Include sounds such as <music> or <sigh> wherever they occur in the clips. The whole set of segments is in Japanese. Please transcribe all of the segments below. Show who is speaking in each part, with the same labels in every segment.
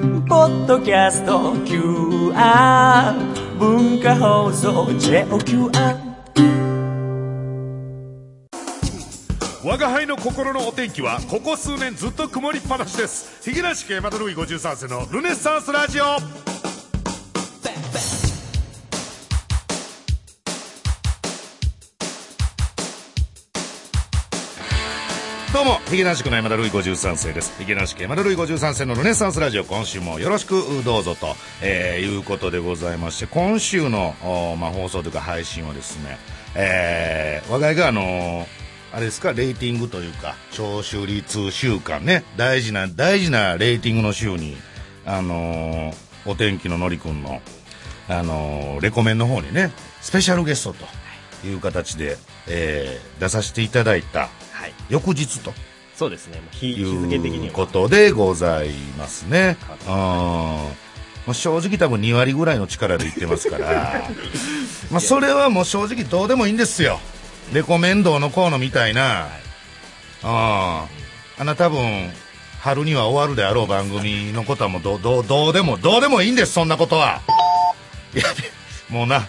Speaker 1: ッドキャスト QR 文化放送 JOQR
Speaker 2: 我が輩の心のお天気はここ数年ずっと曇りっぱなしです日梨家マドルイ53世のルネッサンスラジオどうも、ヒゲ男子の山田るい53世です。ヒゲ男子山田るい53世のルネサンスラジオ、今週もよろしくどうぞと、えーいうことでございまして、今週の、おまあ、放送というか配信はですね、えー、我が家があのーあれですか、レーティングというか、聴取率週間ね、大事な、大事なレーティングの週に、あのーお天気ののりくんの、あのーレコメンの方にね、スペシャルゲストという形で、えー出させていただいた、
Speaker 3: はい、
Speaker 2: 翌日と
Speaker 3: そうですね、日
Speaker 2: い
Speaker 3: 日付的に
Speaker 2: うこ
Speaker 3: は。
Speaker 2: とでございますね。
Speaker 3: はい
Speaker 2: うんまあ、正直多分2割ぐらいの力でいってますから、まあそれはもう正直どうでもいいんですよ。レコメンドのコーノみたいな、ああんな多分春には終わるであろう番組のことはもうどどうどうでもどうでもいいんですそんなことはいやもうな、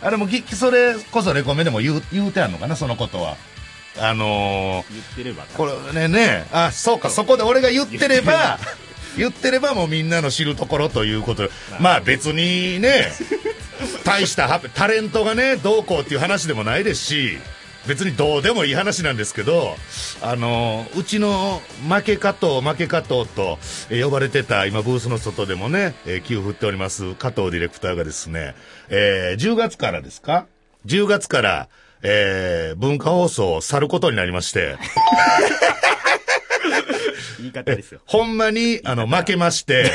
Speaker 2: あれもぎそれこそレコメンでも言う言うてあんのかなそのことはあのー、
Speaker 3: 言ってれば多
Speaker 2: こ
Speaker 3: 分、
Speaker 2: れねねあそうかそこで俺が言ってれば言ってればもうみんなの知るところということでまあ別にね大したハプタレントがねどうこうっていう話でもないですし別にどうでもいい話なんですけどあのうちの負け加藤負け加藤とえ呼ばれてた今ブースの外でもねえー気を振っております加藤ディレクターがですね、えー10月からですか10月から、えー文化放送を去ることになりまして
Speaker 3: 言い方ですよ。
Speaker 2: ほんまに、あの、負けま
Speaker 3: <laughs>
Speaker 2: して、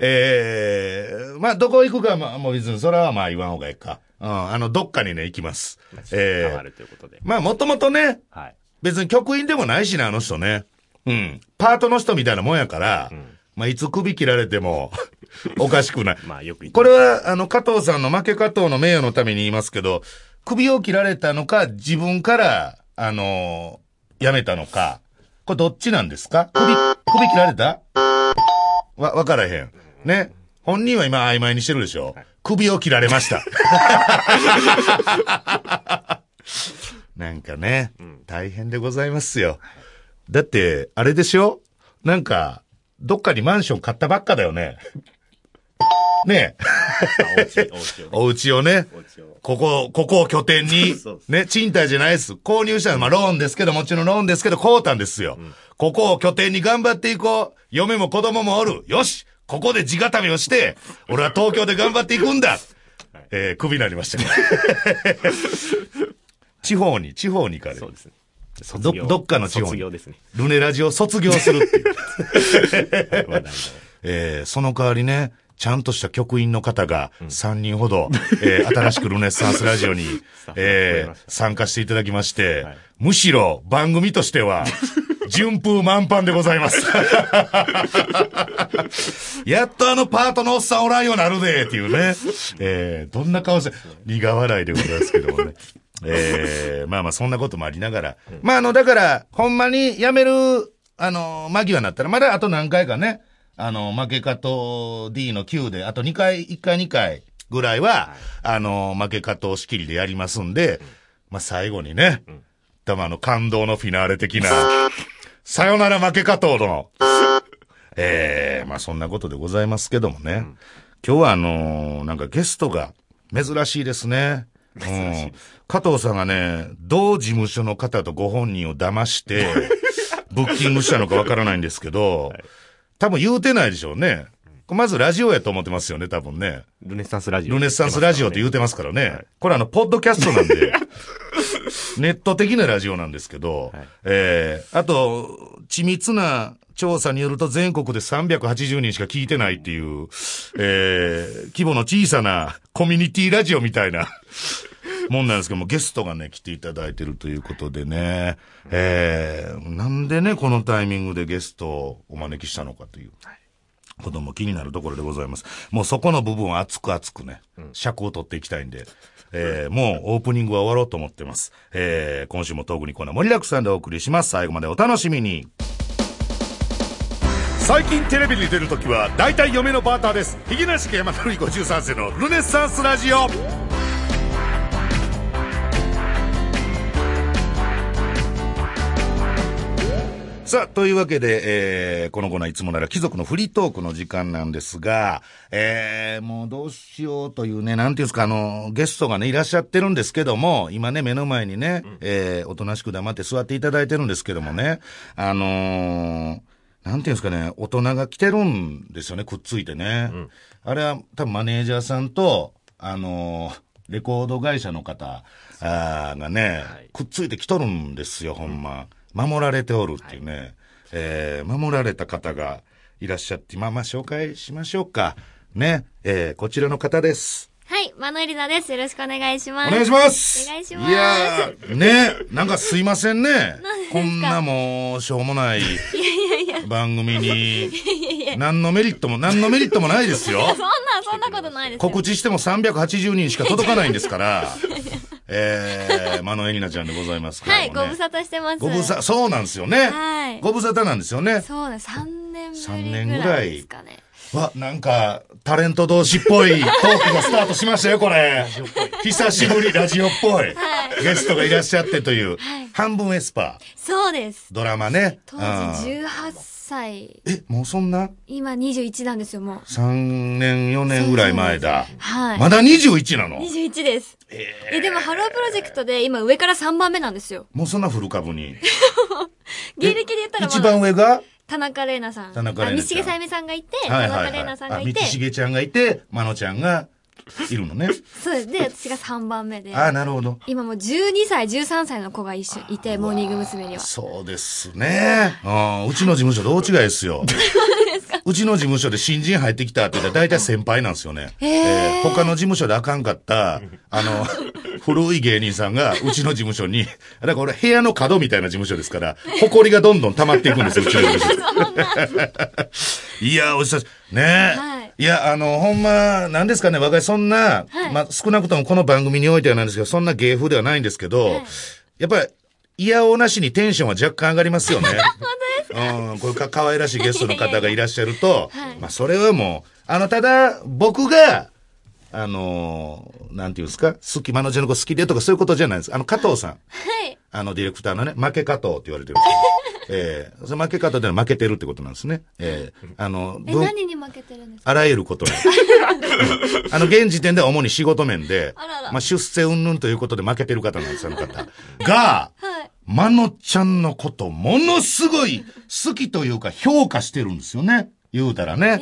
Speaker 2: えー、まあ、どこ行くかは、まあ、もう別に、それはまあ言わん方がいいか。うん、あの、どっかにね、行きます。
Speaker 3: 変
Speaker 2: え
Speaker 3: わ
Speaker 2: ー、
Speaker 3: るということで。
Speaker 2: まあ、もともとね、
Speaker 3: はい。
Speaker 2: 別に局員でもないしね、あの人ね。うん。パートの人みたいなもんやから、まあ、いつ首切られて
Speaker 3: <laughs>
Speaker 2: も、おかしくない。
Speaker 3: まあよく言って
Speaker 2: これは、あの、加藤さんの負け加藤の名誉のために言いますけど、首を切られたのか、自分から、あのーやめたのか、これどっちなんですか首、首切られたわ、わからへん。ね。本人は今曖昧にしてるでしょ首を切られました。なんかね、大変でございますよ。だって、あれでしょなんか、どっかにマンション買ったばっかだよね。ねえ。
Speaker 3: まあお家、お家をね。
Speaker 2: お
Speaker 3: お
Speaker 2: 家をね、
Speaker 3: 家を。
Speaker 2: ここ、ここを拠点に
Speaker 3: <laughs> そうそう、
Speaker 2: ね、賃貸じゃないです。購入したの、まあローンですけど、もちろんローンですけど、こうたんですよ。ここを拠点に頑張っていこう。嫁も子供もおる。よしここで地固めをして、俺は東京で頑張っていくんだ、えー、クビになりましたね。 <laughs> 地方に、地方に行かれ
Speaker 3: そう
Speaker 2: る
Speaker 3: で。すね。
Speaker 2: ど
Speaker 3: 卒業
Speaker 2: どっかの地方に
Speaker 3: 卒業ですね。
Speaker 2: ルネラジオ卒業するっていう。
Speaker 3: 話題の。
Speaker 2: えーその代わりね、ちゃんとした局員の方が3人ほど、
Speaker 3: <laughs>
Speaker 2: えー新しくルネッサンスラジオに
Speaker 3: タッフが、増
Speaker 2: え
Speaker 3: え
Speaker 2: ー
Speaker 3: ました
Speaker 2: 参加していただきまして、
Speaker 3: はい
Speaker 2: むしろ番組として
Speaker 3: <laughs>
Speaker 2: は、順風満帆でございます。やっとあのパートのおっさんおらんようになるで、っていうね。 <laughs> えーどんな顔して、苦笑いでございますけどもね。 <laughs> えーまあまあそんなこともありながら。まああの、だから、ほんまに辞める、あの、間際になったら、まだあと何回かね、あの、負けかと D の9で、あと2回、1回2回ぐらいは、あの、負けかと仕切りでやりますんで、まあ最後にね、たまあの感動のフィナーレ的な、さよなら負けかとの、ええまあそんなことでございますけどもね。今日はあのーなんかゲストが珍しいですね。うん、加藤さんがね、同事務所の方とご本人を騙 <laughs> して、ブッキングしたのかわからないんですけど、多分言うてないでしょうね。まずラジオやと思ってますよね、多分ね。
Speaker 3: ルネサンスラジオ。
Speaker 2: ルネッサンスラジオって言うてますからね。これあの、ポッドキャストなん <laughs> で、ネット的なラジオなんですけど、
Speaker 3: はい
Speaker 2: えーあと、緻密な調査によると全国で380人しか聞いてないっていう、えー規模の小さなコミュニティラジオみたいな。 <laughs> もんなんですけども、ゲストがね、来ていただいてるということでね、えー、なんでね、このタイミングでゲストをお招きしたのかという。ことも気になるところでございます。もうそこの部分は熱く熱くね、尺を取っていきたいんで、えー、もうオープニングは終わろうと思ってます。えー、今週もトークにコーナー盛りだくさんでお送りします。最後までお楽しみに。最近テレビに出るときは大体嫁のバーターですひげなし山田るい53世のルネッサンスラジオさあ、というわけで、えー、このコーナーいつもなら貴族のフリートークの時間なんですが、えー、もうどうしようというね、なんていうんですか、あの、ゲストがね、いらっしゃってるんですけども、今ね、目の前にね、えー、おとなしく黙って座っていただいてるんですけどもね、あのー、なんていうんですかね、大人が来てるんですよね、くっついてね。あれは多分マネージャーさんと、あのーレコード会社の方あーがね、
Speaker 3: はい
Speaker 2: くっついてきとるんですよ、ほんま。守られておるっていうね、えー守られた方がいらっしゃって、まあまあ紹介しましょうか。ね、えーこちらの方です。
Speaker 4: はい、マノリナです。よろしくお願いし
Speaker 2: お
Speaker 4: ます。
Speaker 2: 願いします
Speaker 4: お願いします
Speaker 2: いやー、ね、なんかすいませ
Speaker 4: <laughs>
Speaker 2: んね。こんなもう、しょうもない番組に、何のメリットも、何のメリットもないです
Speaker 4: <laughs>
Speaker 2: よ。
Speaker 4: そんな、そんなことないですよ。
Speaker 2: 告知しても380人しか届かないんです
Speaker 4: <laughs>
Speaker 2: から、えー、マノエリナちゃんでございますけども
Speaker 4: は
Speaker 2: ね。
Speaker 4: い、ご無沙汰してます。
Speaker 2: ご無沙汰。そうなんですよね。
Speaker 4: はい
Speaker 2: ご無沙汰なんですよね。
Speaker 4: そうね、三年
Speaker 2: 三
Speaker 4: ぶ
Speaker 2: 年ぐら
Speaker 4: り
Speaker 2: い
Speaker 4: ぐらいですかね。
Speaker 2: わ、なんか、タレント同士っぽいトークがスタートしましたよ、これ。久しぶり、ラジオっぽい。
Speaker 4: はい
Speaker 2: ゲストがいらっしゃってという、
Speaker 4: はい
Speaker 2: 半分エスパー、
Speaker 4: そうです。
Speaker 2: ドラマね。
Speaker 4: 当
Speaker 2: う
Speaker 4: 時
Speaker 2: ん
Speaker 4: 18歳、
Speaker 2: え、もうそんな
Speaker 4: 今21なんですよ、もう。
Speaker 2: ?3 年、4年ぐらい前だ。
Speaker 4: はい。
Speaker 2: まだ21なの
Speaker 4: 21です。え、でも、ハロープロジェクトで今上から3番目なんですよ。
Speaker 2: もうそんな古株に。
Speaker 4: <laughs> 芸歴で言ったら
Speaker 2: 一
Speaker 4: ま
Speaker 2: 番
Speaker 4: だ、
Speaker 2: 上が
Speaker 4: 田中玲奈さん。
Speaker 2: 田中玲奈
Speaker 4: あ
Speaker 2: ちゃん
Speaker 4: 道重さゆみさんがいて、田
Speaker 2: はい
Speaker 4: 中
Speaker 2: はい
Speaker 4: 玲
Speaker 2: はい
Speaker 4: 奈。さん
Speaker 2: あ、
Speaker 4: が
Speaker 2: 道
Speaker 4: いて、
Speaker 2: 重ちゃんがいて、まのちゃんがいるの
Speaker 4: <laughs>
Speaker 2: ね。
Speaker 4: そうです。で、私が3番目で。
Speaker 2: あ、なるほど。
Speaker 4: 今もう12歳、13歳の子が一緒いて、モーニング娘。には。
Speaker 2: そうですね。うんうちの事務所と大違いです
Speaker 4: <laughs>
Speaker 2: よ。うちの事務所で新人入ってきたって言ったら大体先輩なんですよね。えー他の事務所であかんかった、あ
Speaker 4: <laughs>
Speaker 2: の、古い芸人さんがうちの事務所に、だから俺部屋の角みたいな事務所ですから、埃がどんどん溜まっていくんですよ、うちの事務所。いや、お久し、ねえ、
Speaker 4: はい
Speaker 2: い。や、あの、ほんま、なんですかね、若い、そんな、
Speaker 4: はい
Speaker 2: まあ、少なくともこの番組においてはなんですけど、そんな芸風ではないんですけど、やっぱり、いやおうなしにテンションは若干上がりますよね。うん、こういうか、可愛らしいゲストの方がいらっしゃると、
Speaker 4: はい
Speaker 2: まあ、それはもう、あの、ただ、僕が、あのーなんていうんですか、好き、マノジェの子好きでとかそういうことじゃないです。あの、加藤さん。
Speaker 4: はい。
Speaker 2: あの、ディレクターのね、負け加藤って言われてるんで
Speaker 4: <laughs>
Speaker 2: すよ。ええその負け加藤ってのは負けてるってことなんですね。ええあの、
Speaker 4: え、
Speaker 2: 文
Speaker 4: 何に負けてるんですか
Speaker 2: あらゆること
Speaker 4: <laughs>
Speaker 2: に。あの、現時点では主に仕事面で、
Speaker 4: あらら
Speaker 2: まあ、出世云々ということで負けてる方なんです、あの方。が、
Speaker 4: はい。
Speaker 2: まのちゃんのこと、ものすごい好きというか評価してるんですよね。言うたらね。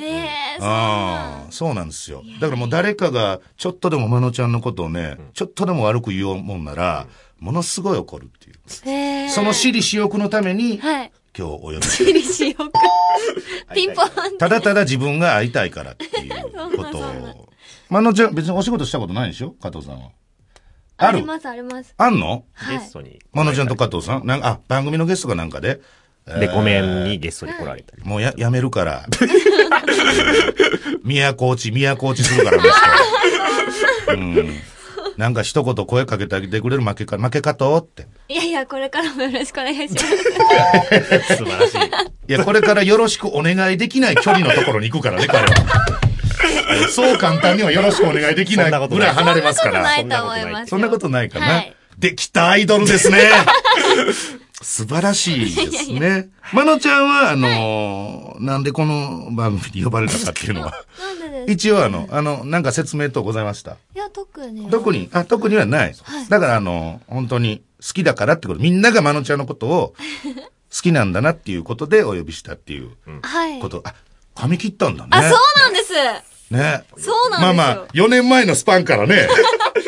Speaker 4: えー、そうな
Speaker 2: あ
Speaker 4: ん
Speaker 2: あ、そうなんですよ。だからもう誰かが、ちょっとでもまのちゃんのことをね、ちょっとでも悪く言おうもんなら、ものすごい怒るっていう。
Speaker 4: えー、
Speaker 2: その私利私欲のために、今
Speaker 4: はい。
Speaker 2: 日お呼びし
Speaker 4: ピリしようか。ピンポンって。
Speaker 2: ただただ自分が会いたいからって
Speaker 4: <laughs>
Speaker 2: いうことを。まのちゃん、別にお仕事したことないでしょ加藤さんは。あ
Speaker 4: あ
Speaker 2: る
Speaker 4: ります、あります。
Speaker 2: あんの
Speaker 4: はい
Speaker 3: ゲス。トに。
Speaker 2: まのちゃんと加藤さんなんか、あ、番組のゲストかなんかで。
Speaker 3: レコメンにゲストに来られたり。
Speaker 2: もうや、やめるから。 <laughs> 都落ち、都落ちするから、うん。なんか一言声かけてあげてくれる負けか、負け加藤って。
Speaker 4: いやいや、これからもよろしくお願いします。
Speaker 3: 素晴らしい。
Speaker 2: いや、これからよろしくお願いできない距離のところに行くからね、彼は。そう簡単にはよろしくお願いできな
Speaker 3: そんなこ
Speaker 2: い
Speaker 3: と
Speaker 2: ぐ
Speaker 3: ない
Speaker 2: らい離れます
Speaker 4: そ
Speaker 2: か
Speaker 4: んなことな
Speaker 2: ら。
Speaker 4: いと思います。
Speaker 2: そんなことないかな。
Speaker 4: はい
Speaker 2: できたアイドルで
Speaker 3: <laughs>
Speaker 2: すね。素晴らしいですね。まのちゃんは、あのーなんでこの番組に呼ばれたかっていうのは。
Speaker 4: なんでです
Speaker 2: 一応あの、あの、なんか説明等ございました。
Speaker 4: いや、特に。
Speaker 2: 特に、あ、特にはない。だからあの、本当に好きだからってこと、みんながまのちゃんのことを好きなんだなっていうことでお呼びしたっていう
Speaker 4: はい。
Speaker 2: こと。あ、髪切ったんだね。
Speaker 4: あ、そうなんです
Speaker 2: ね。
Speaker 4: そうなんです
Speaker 2: まあ
Speaker 4: よ。
Speaker 2: まあ、4年前のスパンからね、 <laughs>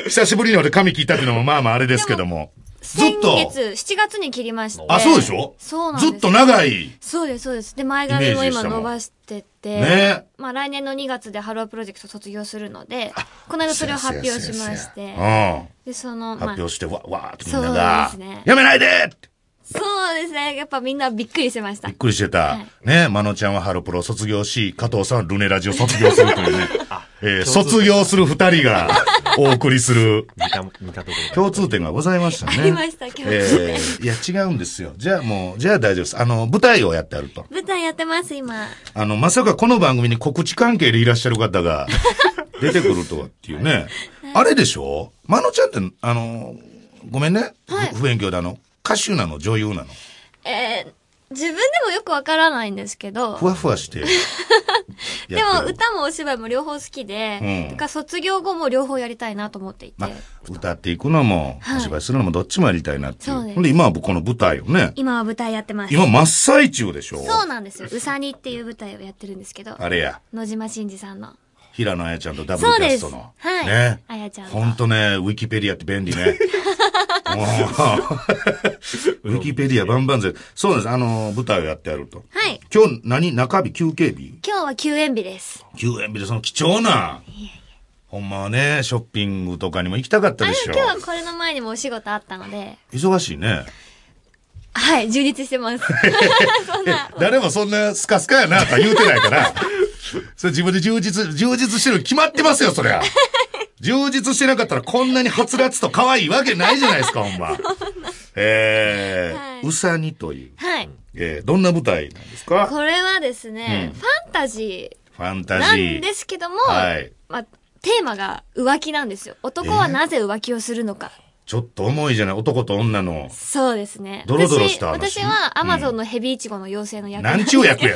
Speaker 2: 久しぶりに俺髪切ったっていうのもまあまああれですけども。ずっ
Speaker 4: 先
Speaker 2: と、
Speaker 4: 月、7月に切りまして。
Speaker 2: あ、そうでしょ
Speaker 4: そうなんです。
Speaker 2: ずっと長い。
Speaker 4: そうです、そうです。で、前髪も
Speaker 2: イメージでし
Speaker 4: 今
Speaker 2: たもん
Speaker 4: 伸ばしてて、
Speaker 2: ね
Speaker 4: まあ来年の2月でハロープロジェクト卒業するので、この間それを発表しまし
Speaker 2: う
Speaker 4: て、
Speaker 2: ん。
Speaker 4: で、その、まあ
Speaker 2: 発、表して、わ、わーってみんなが
Speaker 4: そうですね、
Speaker 2: やめないでって
Speaker 4: そうですね、やっぱみんなびっくりしてました
Speaker 2: びっ。くりしてた。ね、まのちゃんはハロプロを
Speaker 4: <laughs>
Speaker 2: 卒業し、加藤さんはルネラジを卒業するというね。えー卒業する二人が、お送りする
Speaker 3: 見た、見たところ
Speaker 2: 共通点がございましたね。
Speaker 4: <laughs> ありました共通点
Speaker 2: えーいや、違うんですよ。じゃあもう、じゃあ大丈夫です。あの、舞台をやってあると。
Speaker 4: 舞台やってます、今。
Speaker 2: あの、まさかこの番組に告知関係でいらっしゃる方
Speaker 4: <laughs>
Speaker 2: が出てくるとはっていうね。あれでしょまのちゃんって、あの、ごめんね。ふ不勉強だの。歌手なの女優なの
Speaker 4: えー自分でもよくわからないんですけど
Speaker 2: ふ、わふわ
Speaker 4: <laughs>
Speaker 2: して。や
Speaker 4: でも
Speaker 2: ってる
Speaker 4: 歌もお芝居も両方好きで、
Speaker 2: うん
Speaker 4: だから卒業後も両方やりたいなと思っていて、
Speaker 2: まあ、歌っていくのも、
Speaker 4: はい
Speaker 2: お芝居するのもどっちもやりたいなってい
Speaker 4: そうで
Speaker 2: う。
Speaker 4: す
Speaker 2: ほんで、今はこの舞台をね。
Speaker 4: 今は舞台やってます。
Speaker 2: 今真っ最中でしょ
Speaker 4: そうなんですよ。うさにっていう舞台をやってるんですけど、
Speaker 2: あれや。
Speaker 4: 野島真二さんの。
Speaker 2: 平野綾ちゃんとダブル
Speaker 4: そう
Speaker 2: キャ
Speaker 4: で
Speaker 2: スト
Speaker 4: す。
Speaker 2: の。
Speaker 4: はい。
Speaker 2: ね。
Speaker 4: あやちゃんと。
Speaker 2: ほんとね、ウィキペディアって便利
Speaker 4: <laughs>
Speaker 2: ね。もうウィキペディア万々歳。そうなんです。あの、舞台をやってやると。
Speaker 4: はい。
Speaker 2: 今日何中日休憩日
Speaker 4: 今日は休園日です。
Speaker 2: 休園日でその貴重な。ほんまはね、ショッピングとかにも行きたかった
Speaker 4: あ、で
Speaker 2: で
Speaker 4: も
Speaker 2: しょ
Speaker 4: 今。日はこれの前にもお仕事あったので、
Speaker 2: 忙しいね。
Speaker 4: はい、充実してます。そんな。
Speaker 2: <laughs> 誰もそんなスカスカやなとは言うてないから。それ自分で充実、充実してるに決まってますよ、そ
Speaker 4: <laughs>
Speaker 2: りゃ。充実してなかったらこんなにはつらつと可愛いわけないじゃないですか、ほんま。え
Speaker 4: はい
Speaker 2: ー、うさにという。
Speaker 4: はい。
Speaker 2: えー、どんな舞台なんですか
Speaker 4: これはですね、
Speaker 2: うん
Speaker 4: ファンタジ
Speaker 2: ファン
Speaker 4: ー
Speaker 2: タ
Speaker 4: な
Speaker 2: ジ
Speaker 4: ん
Speaker 2: ー。
Speaker 4: ですけども、
Speaker 2: はい
Speaker 4: まあ、テーマが浮気なんですよ。男はなぜ浮気をするのか。
Speaker 2: ちょっと重いじゃない、男と女の。
Speaker 4: そうですね。
Speaker 2: ドロドロした話
Speaker 4: 私私はアマゾンのヘビイチゴの妖精の役なん
Speaker 2: なん
Speaker 4: です
Speaker 2: ちゅう役や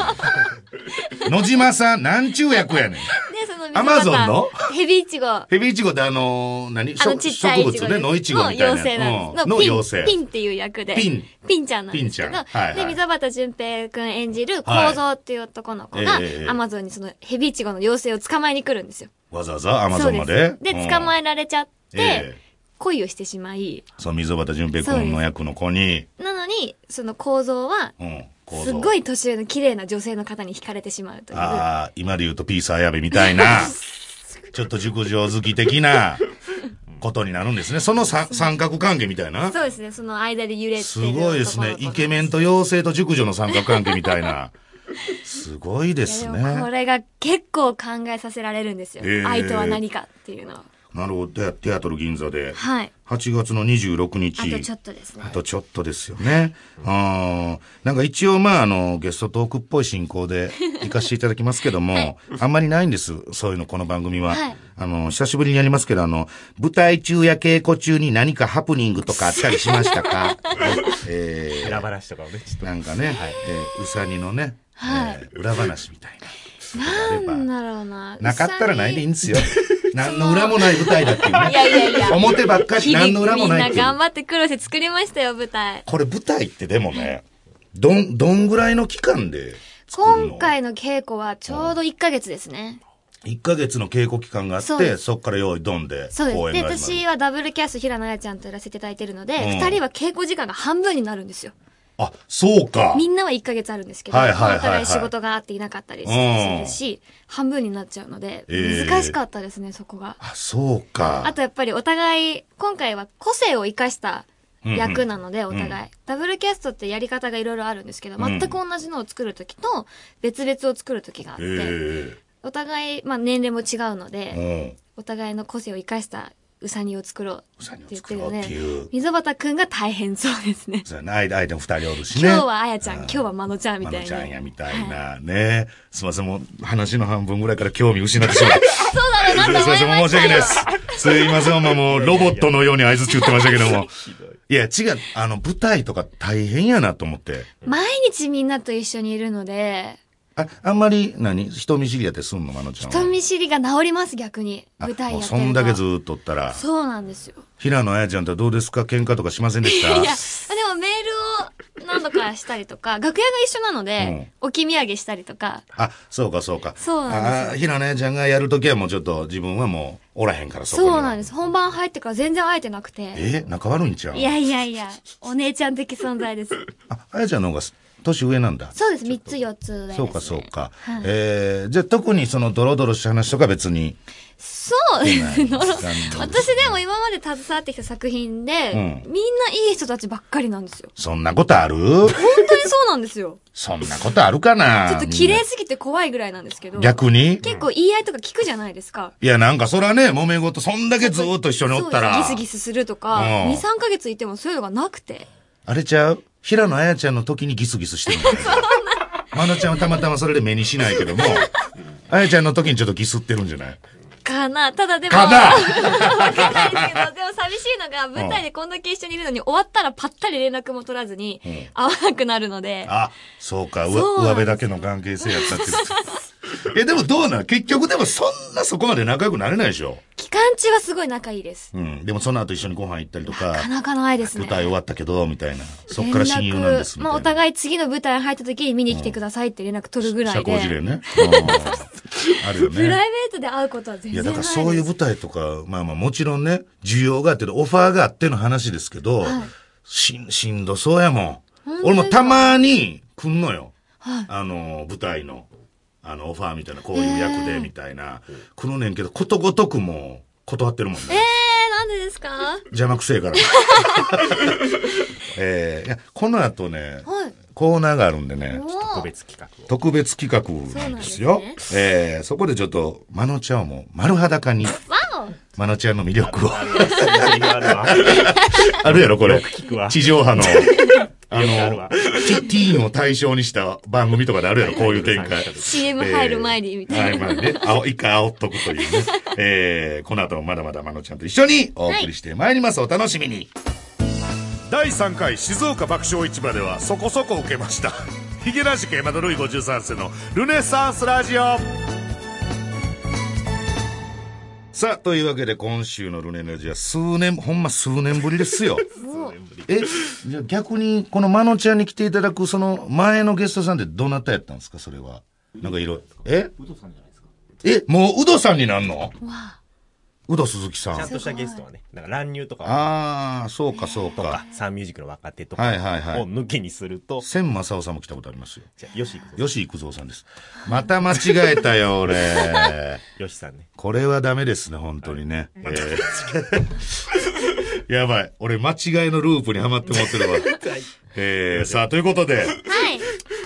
Speaker 2: ねん。野島さん、なんちゅう役やねん。
Speaker 4: で、その水
Speaker 2: Amazon の
Speaker 4: 俣ヘビイチゴ。
Speaker 2: ヘビイチゴってあのー何
Speaker 4: あの
Speaker 2: 植
Speaker 4: ちっちゃいイチ
Speaker 2: 植
Speaker 4: ゴ
Speaker 2: 物
Speaker 4: で
Speaker 2: ね、
Speaker 4: す
Speaker 2: 野イチゴみたいなやつ。
Speaker 4: の妖精なんです。
Speaker 2: うんの妖
Speaker 4: ピ
Speaker 2: 精。
Speaker 4: ンピンっていう役で。
Speaker 2: ピン
Speaker 4: ピンちゃんなんですけど。
Speaker 2: ピンちゃんはいはい
Speaker 4: で、溝端淳平くん演じる構造っていう男の子が、
Speaker 2: はいええええ
Speaker 4: アマゾンにそのヘビイチゴの妖精を捕まえに来るんですよ。
Speaker 2: わざわざアマゾンまで。
Speaker 4: で捕ま
Speaker 2: え
Speaker 4: えられちゃって、恋をしてしまい、
Speaker 2: そう、溝端淳平君の役の子に、
Speaker 4: なのに、その構造は、
Speaker 2: うん、構
Speaker 4: す
Speaker 2: 造
Speaker 4: っごい年上の綺麗な女性の方に惹かれてしまうという。
Speaker 2: ああ、今で言うとピース綾部みたい
Speaker 4: <laughs>
Speaker 2: な、ちょっと熟女好き的なことになるんですね。そのさ三角関係みたいな。
Speaker 4: そうですね、その間で揺れてる
Speaker 2: すごいですね。イケメン
Speaker 4: で
Speaker 2: と妖精と熟女の三角関係みたい
Speaker 4: <laughs>
Speaker 2: な。すごいです
Speaker 4: す
Speaker 2: ね
Speaker 4: ね。。でもこれが結構考えさせられるんですよ。
Speaker 2: ええ
Speaker 4: 愛とは何かっていうのは。
Speaker 2: なるほど。テテアトル銀座で。
Speaker 4: はい。
Speaker 2: 8月の26日。
Speaker 4: あとちょっとですね
Speaker 2: あ。とちょっとですよね。うん。なんか一応、まあ、あの、ゲストトークっぽい進行で行かせていただきますけども、あんまりないんです。そういうの、この番組は。
Speaker 4: はい
Speaker 2: あの、久しぶりにやりますけど、あの、舞台中や稽古中に何かハプニングとかあったりしました
Speaker 4: <laughs>
Speaker 2: かえ
Speaker 3: 裏話とかをね、ちょっ
Speaker 2: ー、
Speaker 3: と。
Speaker 2: なんかね、えーうさぎのね、
Speaker 4: はい
Speaker 2: えー裏話みたいな。
Speaker 4: なん
Speaker 2: あれば
Speaker 4: だろうな。
Speaker 2: なかったらないでいいんですよ。何の裏もない舞台だっていう
Speaker 4: いやいやい
Speaker 2: ね。
Speaker 4: や
Speaker 2: 表ばっかり、
Speaker 4: 日々
Speaker 2: <laughs> 何の裏もないって
Speaker 4: みん
Speaker 2: いう
Speaker 4: な。頑張って苦労して作りましたよ、舞台。
Speaker 2: これ舞台ってでもね、どん、どんぐらいの期間で作るの
Speaker 4: 今。回の稽古はちょうど1ヶ月ですね。
Speaker 2: 1ヶ月の稽古期間があっ
Speaker 4: そう
Speaker 2: て、
Speaker 4: で
Speaker 2: そっから用意ドンで、
Speaker 4: そう
Speaker 2: 公
Speaker 4: です。
Speaker 2: 演が始ま
Speaker 4: で、私
Speaker 2: る。
Speaker 4: はダブルキャスト平野綾ちゃんとやらせていただいてるので、
Speaker 2: うん
Speaker 4: 二2人は稽古時間が半分になるんですよ。
Speaker 2: あ、そうか。
Speaker 4: みんなは1ヶ月あるんですけど、
Speaker 2: はいはいはいはい
Speaker 4: お互い仕事があっていなかったりす
Speaker 2: うん
Speaker 4: るし、半分になっちゃうので、
Speaker 2: ええ
Speaker 4: 難しかったですね、そこが。
Speaker 2: あ、そう
Speaker 4: あ
Speaker 2: か。
Speaker 4: とやっぱりお互い、今回は個性を生かした役なので、お互い、ダブルキャストってやり方がいろいろあるんですけど、
Speaker 2: ん
Speaker 4: 全く同じのを作るときと、別々を作るときがあって、
Speaker 2: え
Speaker 4: お互い、まあ年齢も違うの
Speaker 2: え
Speaker 4: で、お互いの個性を生かしたウサギを作ろう
Speaker 2: うん。さに
Speaker 4: っ
Speaker 2: を
Speaker 4: て言っ
Speaker 2: 作
Speaker 4: て
Speaker 2: ろ
Speaker 4: る
Speaker 2: う
Speaker 4: ね
Speaker 2: っていう。
Speaker 4: 溝端くんが大変そうですね。
Speaker 2: そうやな、相手も二人おるしね。
Speaker 4: 今日はあやちゃん、
Speaker 2: うん
Speaker 4: 今日はまのちゃんみ
Speaker 2: ま
Speaker 4: たい
Speaker 2: の
Speaker 4: な。
Speaker 2: ちゃんやみたいな、ね。すいません、もう話の半分ぐらいから興味失ってしまった。
Speaker 4: <laughs> そうだろうなと
Speaker 2: すいませ
Speaker 4: 思い
Speaker 2: ん、申
Speaker 4: まし
Speaker 2: し訳
Speaker 4: た
Speaker 2: ない
Speaker 4: よ
Speaker 2: で。す。すいません、ほんまもう、ロボットのように合図打ってましたけど
Speaker 4: <laughs>
Speaker 2: も。いや、違う、あの、舞台とか大変やなと思って。
Speaker 4: 毎日みんなと一緒にいるので、
Speaker 2: あ、あんまり、何人見知りやってすんの、まのちゃんは。
Speaker 4: 人見知りが治ります、逆に。
Speaker 2: あ
Speaker 4: 舞台
Speaker 2: も
Speaker 4: や
Speaker 2: う
Speaker 4: ってる
Speaker 2: そんだけず
Speaker 4: っ
Speaker 2: ーっとおったら、
Speaker 4: そうなんですよ。
Speaker 2: 平野綾ちゃんとどうですか喧嘩とかしませんでし
Speaker 4: いや、
Speaker 2: た
Speaker 4: でもメールを何度かしたりとか、楽屋が一緒なので、置き土産したりとか、
Speaker 2: あ、そうかそうか。
Speaker 4: そうなんですよ
Speaker 2: あー平野綾ちゃんがやるときはもうちょっと自分はもうおらへんからそこには。
Speaker 4: そうなんです。本番入ってから全然会えてなくて。
Speaker 2: え仲悪いんちゃう
Speaker 4: いやいやいや、お姉ちゃん的存在です。
Speaker 2: あ、綾ちゃんの方が年上なんだ。
Speaker 4: そうです。三つ四つ上です、ね。
Speaker 2: そうか、そうか。
Speaker 4: はい
Speaker 2: えー、じゃあ特にそのドロドロした話とか別に。
Speaker 4: そう <laughs> です。
Speaker 2: な
Speaker 4: の
Speaker 2: い
Speaker 4: ろ
Speaker 2: 残念
Speaker 4: 私でも今まで携わってきた作品で、
Speaker 2: うん
Speaker 4: みんないい人たちばっかりなんですよ。
Speaker 2: そんなことある
Speaker 4: 本当にそうなんですよ。
Speaker 2: そんな <laughs> ことあるかな
Speaker 4: ちょっと綺麗すぎて怖いぐらいなんですけど。
Speaker 2: 逆に
Speaker 4: 結構言い合いとか聞くじゃないですか。
Speaker 2: いや、なんかそらね、揉め事、そんだけずーっと一緒におったら。
Speaker 4: そうですギスギスするとか、
Speaker 2: うん
Speaker 4: 2、3ヶ月いてもそういうのがなくて。
Speaker 2: あれちゃう平野綾ちゃんの時にギスギス
Speaker 4: <laughs>
Speaker 2: してるんだよ。まなちゃんはたまたまそれで目にしないけども、綾ちゃんの時にちょっとギスってるんじゃない
Speaker 4: かなただでも。
Speaker 2: かな
Speaker 4: <laughs> わかんないですけど、でも寂しいのが、舞台でこんだけ一緒にいるのに、終わったらパッタリ連絡も取らずに、会わなくなるので。
Speaker 2: あ、そうか、う
Speaker 4: そ
Speaker 2: 上
Speaker 4: うなんですよ
Speaker 2: 辺だけの関係性やったってこ
Speaker 4: <laughs>
Speaker 2: と。え、でもどうなん結局でもそんなそこまで仲良くなれないでしょ
Speaker 4: 期間中はすごい仲いいです。
Speaker 2: うん。でもその後一緒にご飯行ったりと
Speaker 4: な
Speaker 2: か
Speaker 4: か、なかないですね。
Speaker 2: 舞台終わったけど、みたいな。そっから親友なんです。
Speaker 4: 連絡まあ、お
Speaker 2: い
Speaker 4: 互い次の舞台入った時に見に来てくださいって連絡取るぐら
Speaker 2: 社
Speaker 4: いで。
Speaker 2: 交辞令ね。
Speaker 4: <laughs>
Speaker 2: うんあるよね。
Speaker 4: プライベートで会うことは全
Speaker 2: い
Speaker 4: 然
Speaker 2: や、
Speaker 4: な
Speaker 2: だか
Speaker 4: いで
Speaker 2: ら
Speaker 4: す。
Speaker 2: そういう舞台とか、まあまあもちろんね、需要があって、オファーがあっての話ですけど、しん、しんどそうやもん。俺もたまに来んのよ。あの、舞台の、あの、オファーみたいな、こういう役で、みたいな、来るねんけど、ことごとくもう、断ってるもん
Speaker 4: え
Speaker 2: ね。
Speaker 4: ー、なんでですか
Speaker 2: 邪魔くせえ
Speaker 4: <laughs>
Speaker 2: から。えーいや、この後ね、
Speaker 4: はい。
Speaker 2: コーナーがあるんでね、
Speaker 4: お
Speaker 3: 特
Speaker 4: ー
Speaker 3: 別企
Speaker 2: <laughs>
Speaker 3: 画を。
Speaker 2: 特別企画なんですよ。
Speaker 4: そうなんで
Speaker 2: えーそこでちょっと、マノちゃんをもう丸裸に、
Speaker 4: わお
Speaker 2: マノちゃんの魅力を。
Speaker 3: あるわ。
Speaker 2: <laughs> あるやろ、これ
Speaker 3: くわ。
Speaker 2: 地上 <laughs> 波の、あの、テ
Speaker 3: あるわ
Speaker 2: ィティーンを対象にした番組とかであるやろ、こういう展開。
Speaker 4: CM 入る前にみたいな。
Speaker 2: な。はい、まあね。あお、一回煽っとくと
Speaker 4: <laughs>
Speaker 2: いうね。えー、この後もまだまだまのちゃんと一緒にお送りしてまいります。お楽しみに。第3回静岡爆笑市場ではそこそこ受けました。 <laughs> ヒゲラシ系マドルイ53世のルネサンスラジオ。さあ、というわけで今週のルネネジは数年、ほんま数年ぶりです
Speaker 4: <laughs>
Speaker 2: よ。え、じゃあ逆に、このまのちゃんに来ていただく、その前のゲストさんってどなたやったんですかそれは。なんかいろいろ。えうどさんじゃないですかえ、もううどさんになんのうど鈴木さん。
Speaker 3: ちゃん
Speaker 2: あ
Speaker 3: としたゲストはね、なんか乱入とか、
Speaker 2: あー、そうかそうか。
Speaker 3: サンミュージックの若手とか
Speaker 2: はいはいは
Speaker 3: を
Speaker 2: い。
Speaker 3: 抜きにすると、
Speaker 2: 千正夫さんも来たことありますよ。
Speaker 3: じゃあよし行くぞ。
Speaker 2: 吉幾三さんです。また間違えた <laughs> よ、俺。
Speaker 3: よしさんね。
Speaker 2: これはダメですね、本当にね。えーやばい。俺、間違いのループにはまって持ってるわ。えー、さあ、ということで、
Speaker 4: はい。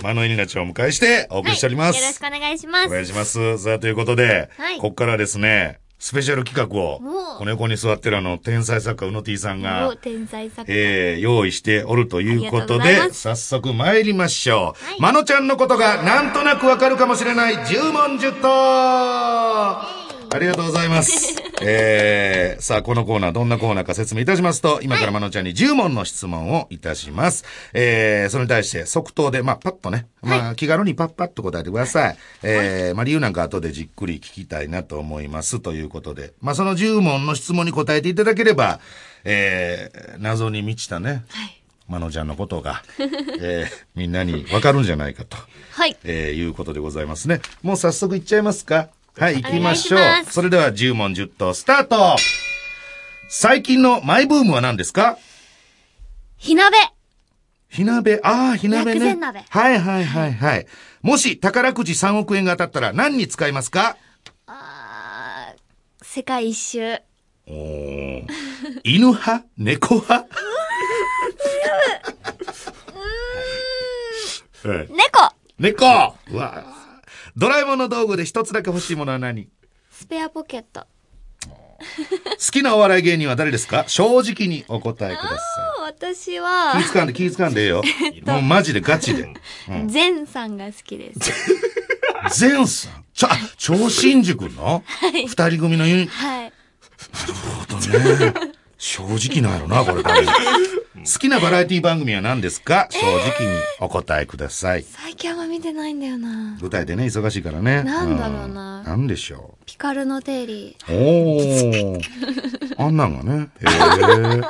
Speaker 2: マノエリナちゃんをお迎えしてお送りしております。
Speaker 4: はいよろしくお願いしま
Speaker 2: お願
Speaker 4: す。
Speaker 2: いします。さあ、ということで、
Speaker 4: はい
Speaker 2: ここからはですね、スペシャル企画を
Speaker 4: お、う
Speaker 2: この横に座ってるあの、天才作家、うの T さん
Speaker 4: も
Speaker 2: が
Speaker 4: う、天才作家。
Speaker 2: えー、用意しておるということ
Speaker 4: ありがとうござい
Speaker 2: で、
Speaker 4: ます
Speaker 2: 早速参りましょう。
Speaker 4: はい
Speaker 2: まのちゃんのことがなんとなくわかるかもしれない、10問10答ありがとうござい
Speaker 4: <laughs>
Speaker 2: ます。えー、さあ、このコーナー、どんなコーナーか説明いたしますと、今からまのちゃんに10問の質問をいたします。えー、それに対して即答で、まあ、パッとね、まあ、気軽にパッパッと答えてください。えー、まあ、理由なんか後でじっくり聞きたいなと思います。ということで、まあ、その10問の質問に答えていただければ、えー、謎に満ちたね、
Speaker 4: はい。
Speaker 2: まのちゃんのことが、 <laughs> えー、みんなにわかるんじゃないかと、
Speaker 4: はい。
Speaker 2: えー、いうことでございますね。もう早速いっちゃいますかはい、行きましょう
Speaker 4: お願いしま。す
Speaker 2: それでは10問10答スタート最近のマイブームは何ですか
Speaker 4: 火鍋。
Speaker 2: 火鍋、ああ、火鍋ね。
Speaker 4: 薬膳鍋
Speaker 2: はいはいはいはい。もし宝くじ3億円が当たったら何に使いますか
Speaker 4: あー、世界一周。
Speaker 2: おー犬派猫
Speaker 4: <laughs>
Speaker 2: 派 <laughs> はい
Speaker 4: 猫
Speaker 2: 猫うわあドラえもんの道具で一つだけ欲しいものは何
Speaker 4: スペアポケット。
Speaker 2: 好きなお笑い芸人は誰ですか正直にお答えくださ
Speaker 4: あー私
Speaker 2: い。
Speaker 4: は
Speaker 2: 気、ぃつかんで、気ぃつかんでええよ。もうマジでガチで。
Speaker 4: ゼンさんが好きです。
Speaker 2: ゼンさん。ちょ、あ超新塾の二人組のユニ
Speaker 4: はい。
Speaker 2: ットね。正直なんやろな、これ多分。好きなバラエティ番組は何ですか正直にお答えください。
Speaker 4: 最近あんま見てないんだよな。
Speaker 2: 舞台でね、忙しいからね。
Speaker 4: なんだろうなん
Speaker 2: なんでしょう。
Speaker 4: ピカルのテリー。
Speaker 2: おー。あんなんがね。へえ。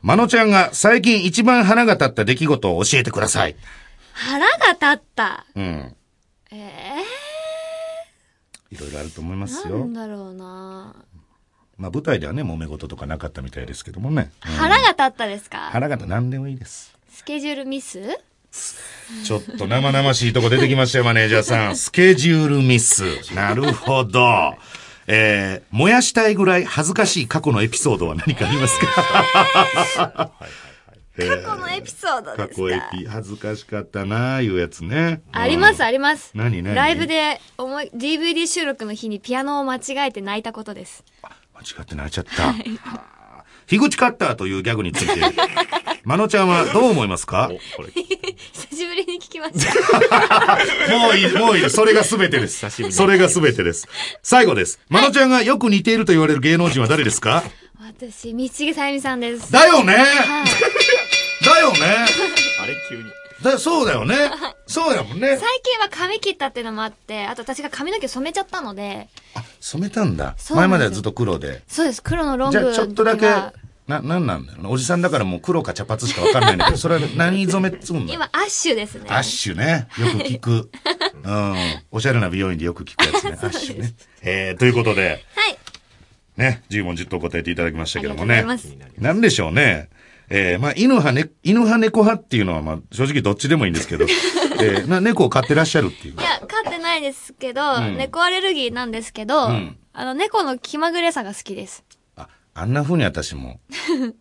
Speaker 2: まのちゃんが最近一番腹が立った出来事を教えてください。
Speaker 4: 腹が立った。
Speaker 2: うん。
Speaker 4: え
Speaker 2: いろいろあると思いま
Speaker 4: ー、
Speaker 2: す
Speaker 4: な
Speaker 2: よ
Speaker 4: ん。だろうな。
Speaker 2: まあ舞台ではね、揉め事とかなかったみたいですけどもね。
Speaker 4: 腹が立ったですか
Speaker 2: 腹が立った何でもいいです。
Speaker 4: スケジュールミス
Speaker 2: ちょっと生々しいとこ出てきましたよ、マネージャーさん。スケジュールミス。なるほど。えー、燃やしたいぐらい恥ずかしい過去のエピソードは何かありますか、
Speaker 4: 過去のエピソード
Speaker 2: 過
Speaker 4: です
Speaker 2: 去エ
Speaker 4: か。
Speaker 2: ピ、恥ずかしかったなあいうやつね。
Speaker 4: あります、あります。
Speaker 2: 何何
Speaker 4: ライブで思い、DVD 収録の日にピアノを間違えて泣いたことです。
Speaker 2: 間違って泣いちゃった。樋口カッターというギャグについて、まのちゃんはどう思いますか
Speaker 3: おこれ、
Speaker 4: 久しぶりに聞きました。
Speaker 2: もういい、もういい。それが全てです
Speaker 3: 久しぶり。に
Speaker 2: それが全てです。最後です。まのちゃんがよく似ていると言われる芸能人は誰ですか
Speaker 4: 私、道重さゆみさんです。
Speaker 2: だよね
Speaker 4: はい
Speaker 2: だよね
Speaker 3: <laughs> あれ急に。
Speaker 2: だそうだよねそうやもんね。
Speaker 4: 最近は髪切ったっていうのもあって、あと私が髪の毛染めちゃったので、
Speaker 2: あ、染めたんだ。
Speaker 4: そうな
Speaker 2: 前ま
Speaker 4: んですよ
Speaker 2: ではずっと黒で。
Speaker 4: そうです、黒のロン
Speaker 2: じ
Speaker 4: グ
Speaker 2: ゃ
Speaker 4: の
Speaker 2: あ
Speaker 4: 時
Speaker 2: ち
Speaker 4: は。
Speaker 2: ょっとだけ、な、なんなんだろうなおじさんだからもう黒か茶髪しかわかんないんだけど、それは何染めっつうんの
Speaker 4: 今、アッシュですね。
Speaker 2: アッシュね。よく聞く。うん。おしゃれな美容院でよく聞くや
Speaker 4: <laughs>
Speaker 2: つね。アッシュね。えー、ということで、
Speaker 4: はい。
Speaker 2: ね、10問10答答えていただきましたけども
Speaker 4: あ
Speaker 2: ね
Speaker 4: りがとうござい。
Speaker 2: なんでしょうね。えー、まあ、犬派、ね、犬派猫派っていうのは、まあ、正直どっちでもいいんです
Speaker 4: <laughs>
Speaker 2: けど、えー、な、猫を飼ってらっしゃるっていう
Speaker 4: い。や、飼ってないですけど、猫アレルギーなんですけど、
Speaker 2: ん
Speaker 4: あの、猫の気まぐれさが好きです。
Speaker 2: あ、あんな風に私も、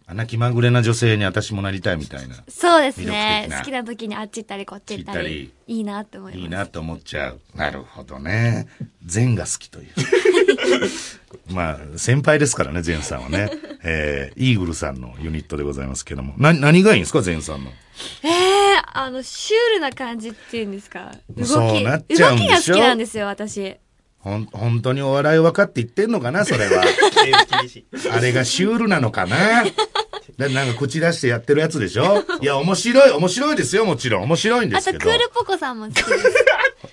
Speaker 2: あんな気まぐれな女性に私もなりたいみたいな、
Speaker 4: そうですね
Speaker 2: 魅力的。な
Speaker 4: 好きな時にあっち行ったり、こっち行った
Speaker 2: 行
Speaker 4: り
Speaker 2: っ。
Speaker 4: いいなって思います。
Speaker 2: いいなと思っちゃう。なるほどね。善が好きという。 <laughs> まあ、先輩ですからね、善さんはね。えー、イーグルさんのユニットでございますけども。な、何がいいんですか、善さんの。
Speaker 4: ええあの、シュールな感じっていうんですか。動き。
Speaker 2: そうなっちゃうんでしょ
Speaker 4: 動きが好きなんですよ、私。
Speaker 2: ほん、本当にお笑い分かって言ってんのかな、それは。 <laughs>
Speaker 3: えー厳しい。
Speaker 2: あれがシュールなのかなだなんか口出してやってるやつでしょいや、面白い、面白いですよ、もちろん。面白いんで
Speaker 4: あ
Speaker 2: す
Speaker 4: と、
Speaker 2: け
Speaker 4: ク
Speaker 2: ど。
Speaker 4: ールポコさんも好きです。
Speaker 2: <laughs>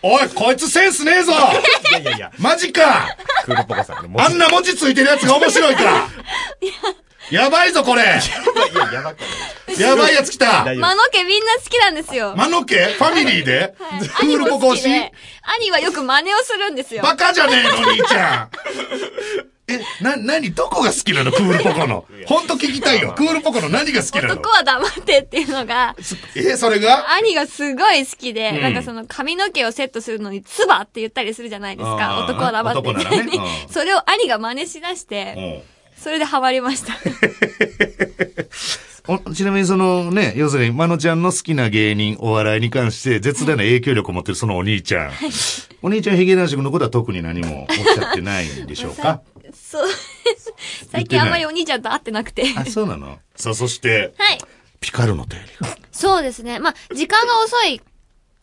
Speaker 2: おい、こいつセンスねえぞ
Speaker 3: いやいやいや、
Speaker 2: マジか
Speaker 3: クールポコさんの文
Speaker 2: あ
Speaker 3: 字。
Speaker 2: んな文字ついてるやつが面白いかやばいぞ、これ
Speaker 3: いや、やばくない。
Speaker 2: やばいやつ来た
Speaker 3: 大丈
Speaker 4: 魔の毛みんな好きなんですよ。
Speaker 2: 魔の家ファミリーで
Speaker 4: はい
Speaker 2: クールポコ推し
Speaker 4: 兄も好きで兄はよく真似をするんですよ。
Speaker 2: バカじゃねえの、兄ちゃんえ、な、なに、どこが好きなのクールポコの。ほんと聞きたいよ。クールポコの何が好きなの
Speaker 4: 男は黙ってっていうのが、
Speaker 2: え、それが
Speaker 4: 兄がすごい好きで、
Speaker 2: ん
Speaker 4: なんかその髪の毛をセットするのに、ツバって言ったりするじゃないです
Speaker 2: あー
Speaker 4: か。男は黙って
Speaker 2: 男ならねうん
Speaker 4: それを兄が真似しだして、
Speaker 2: うん
Speaker 4: それでハマりま
Speaker 2: <laughs>
Speaker 4: した。
Speaker 2: おちなみにそのね、要するに、まのちゃんの好きな芸人、お笑いに関して、絶大な影響力を持ってるそのお兄ちゃん。お兄ちゃん、ヒゲ男爵のことは特に何もおっしゃってないんでし
Speaker 4: <laughs>
Speaker 2: ょうか
Speaker 4: そう。最近あんまりお兄ちゃんと会ってなくて。は
Speaker 2: あ、そうなのさあ、そして、
Speaker 4: い。
Speaker 2: ピカルの定理が。
Speaker 4: そうですね。まあ、時間が遅い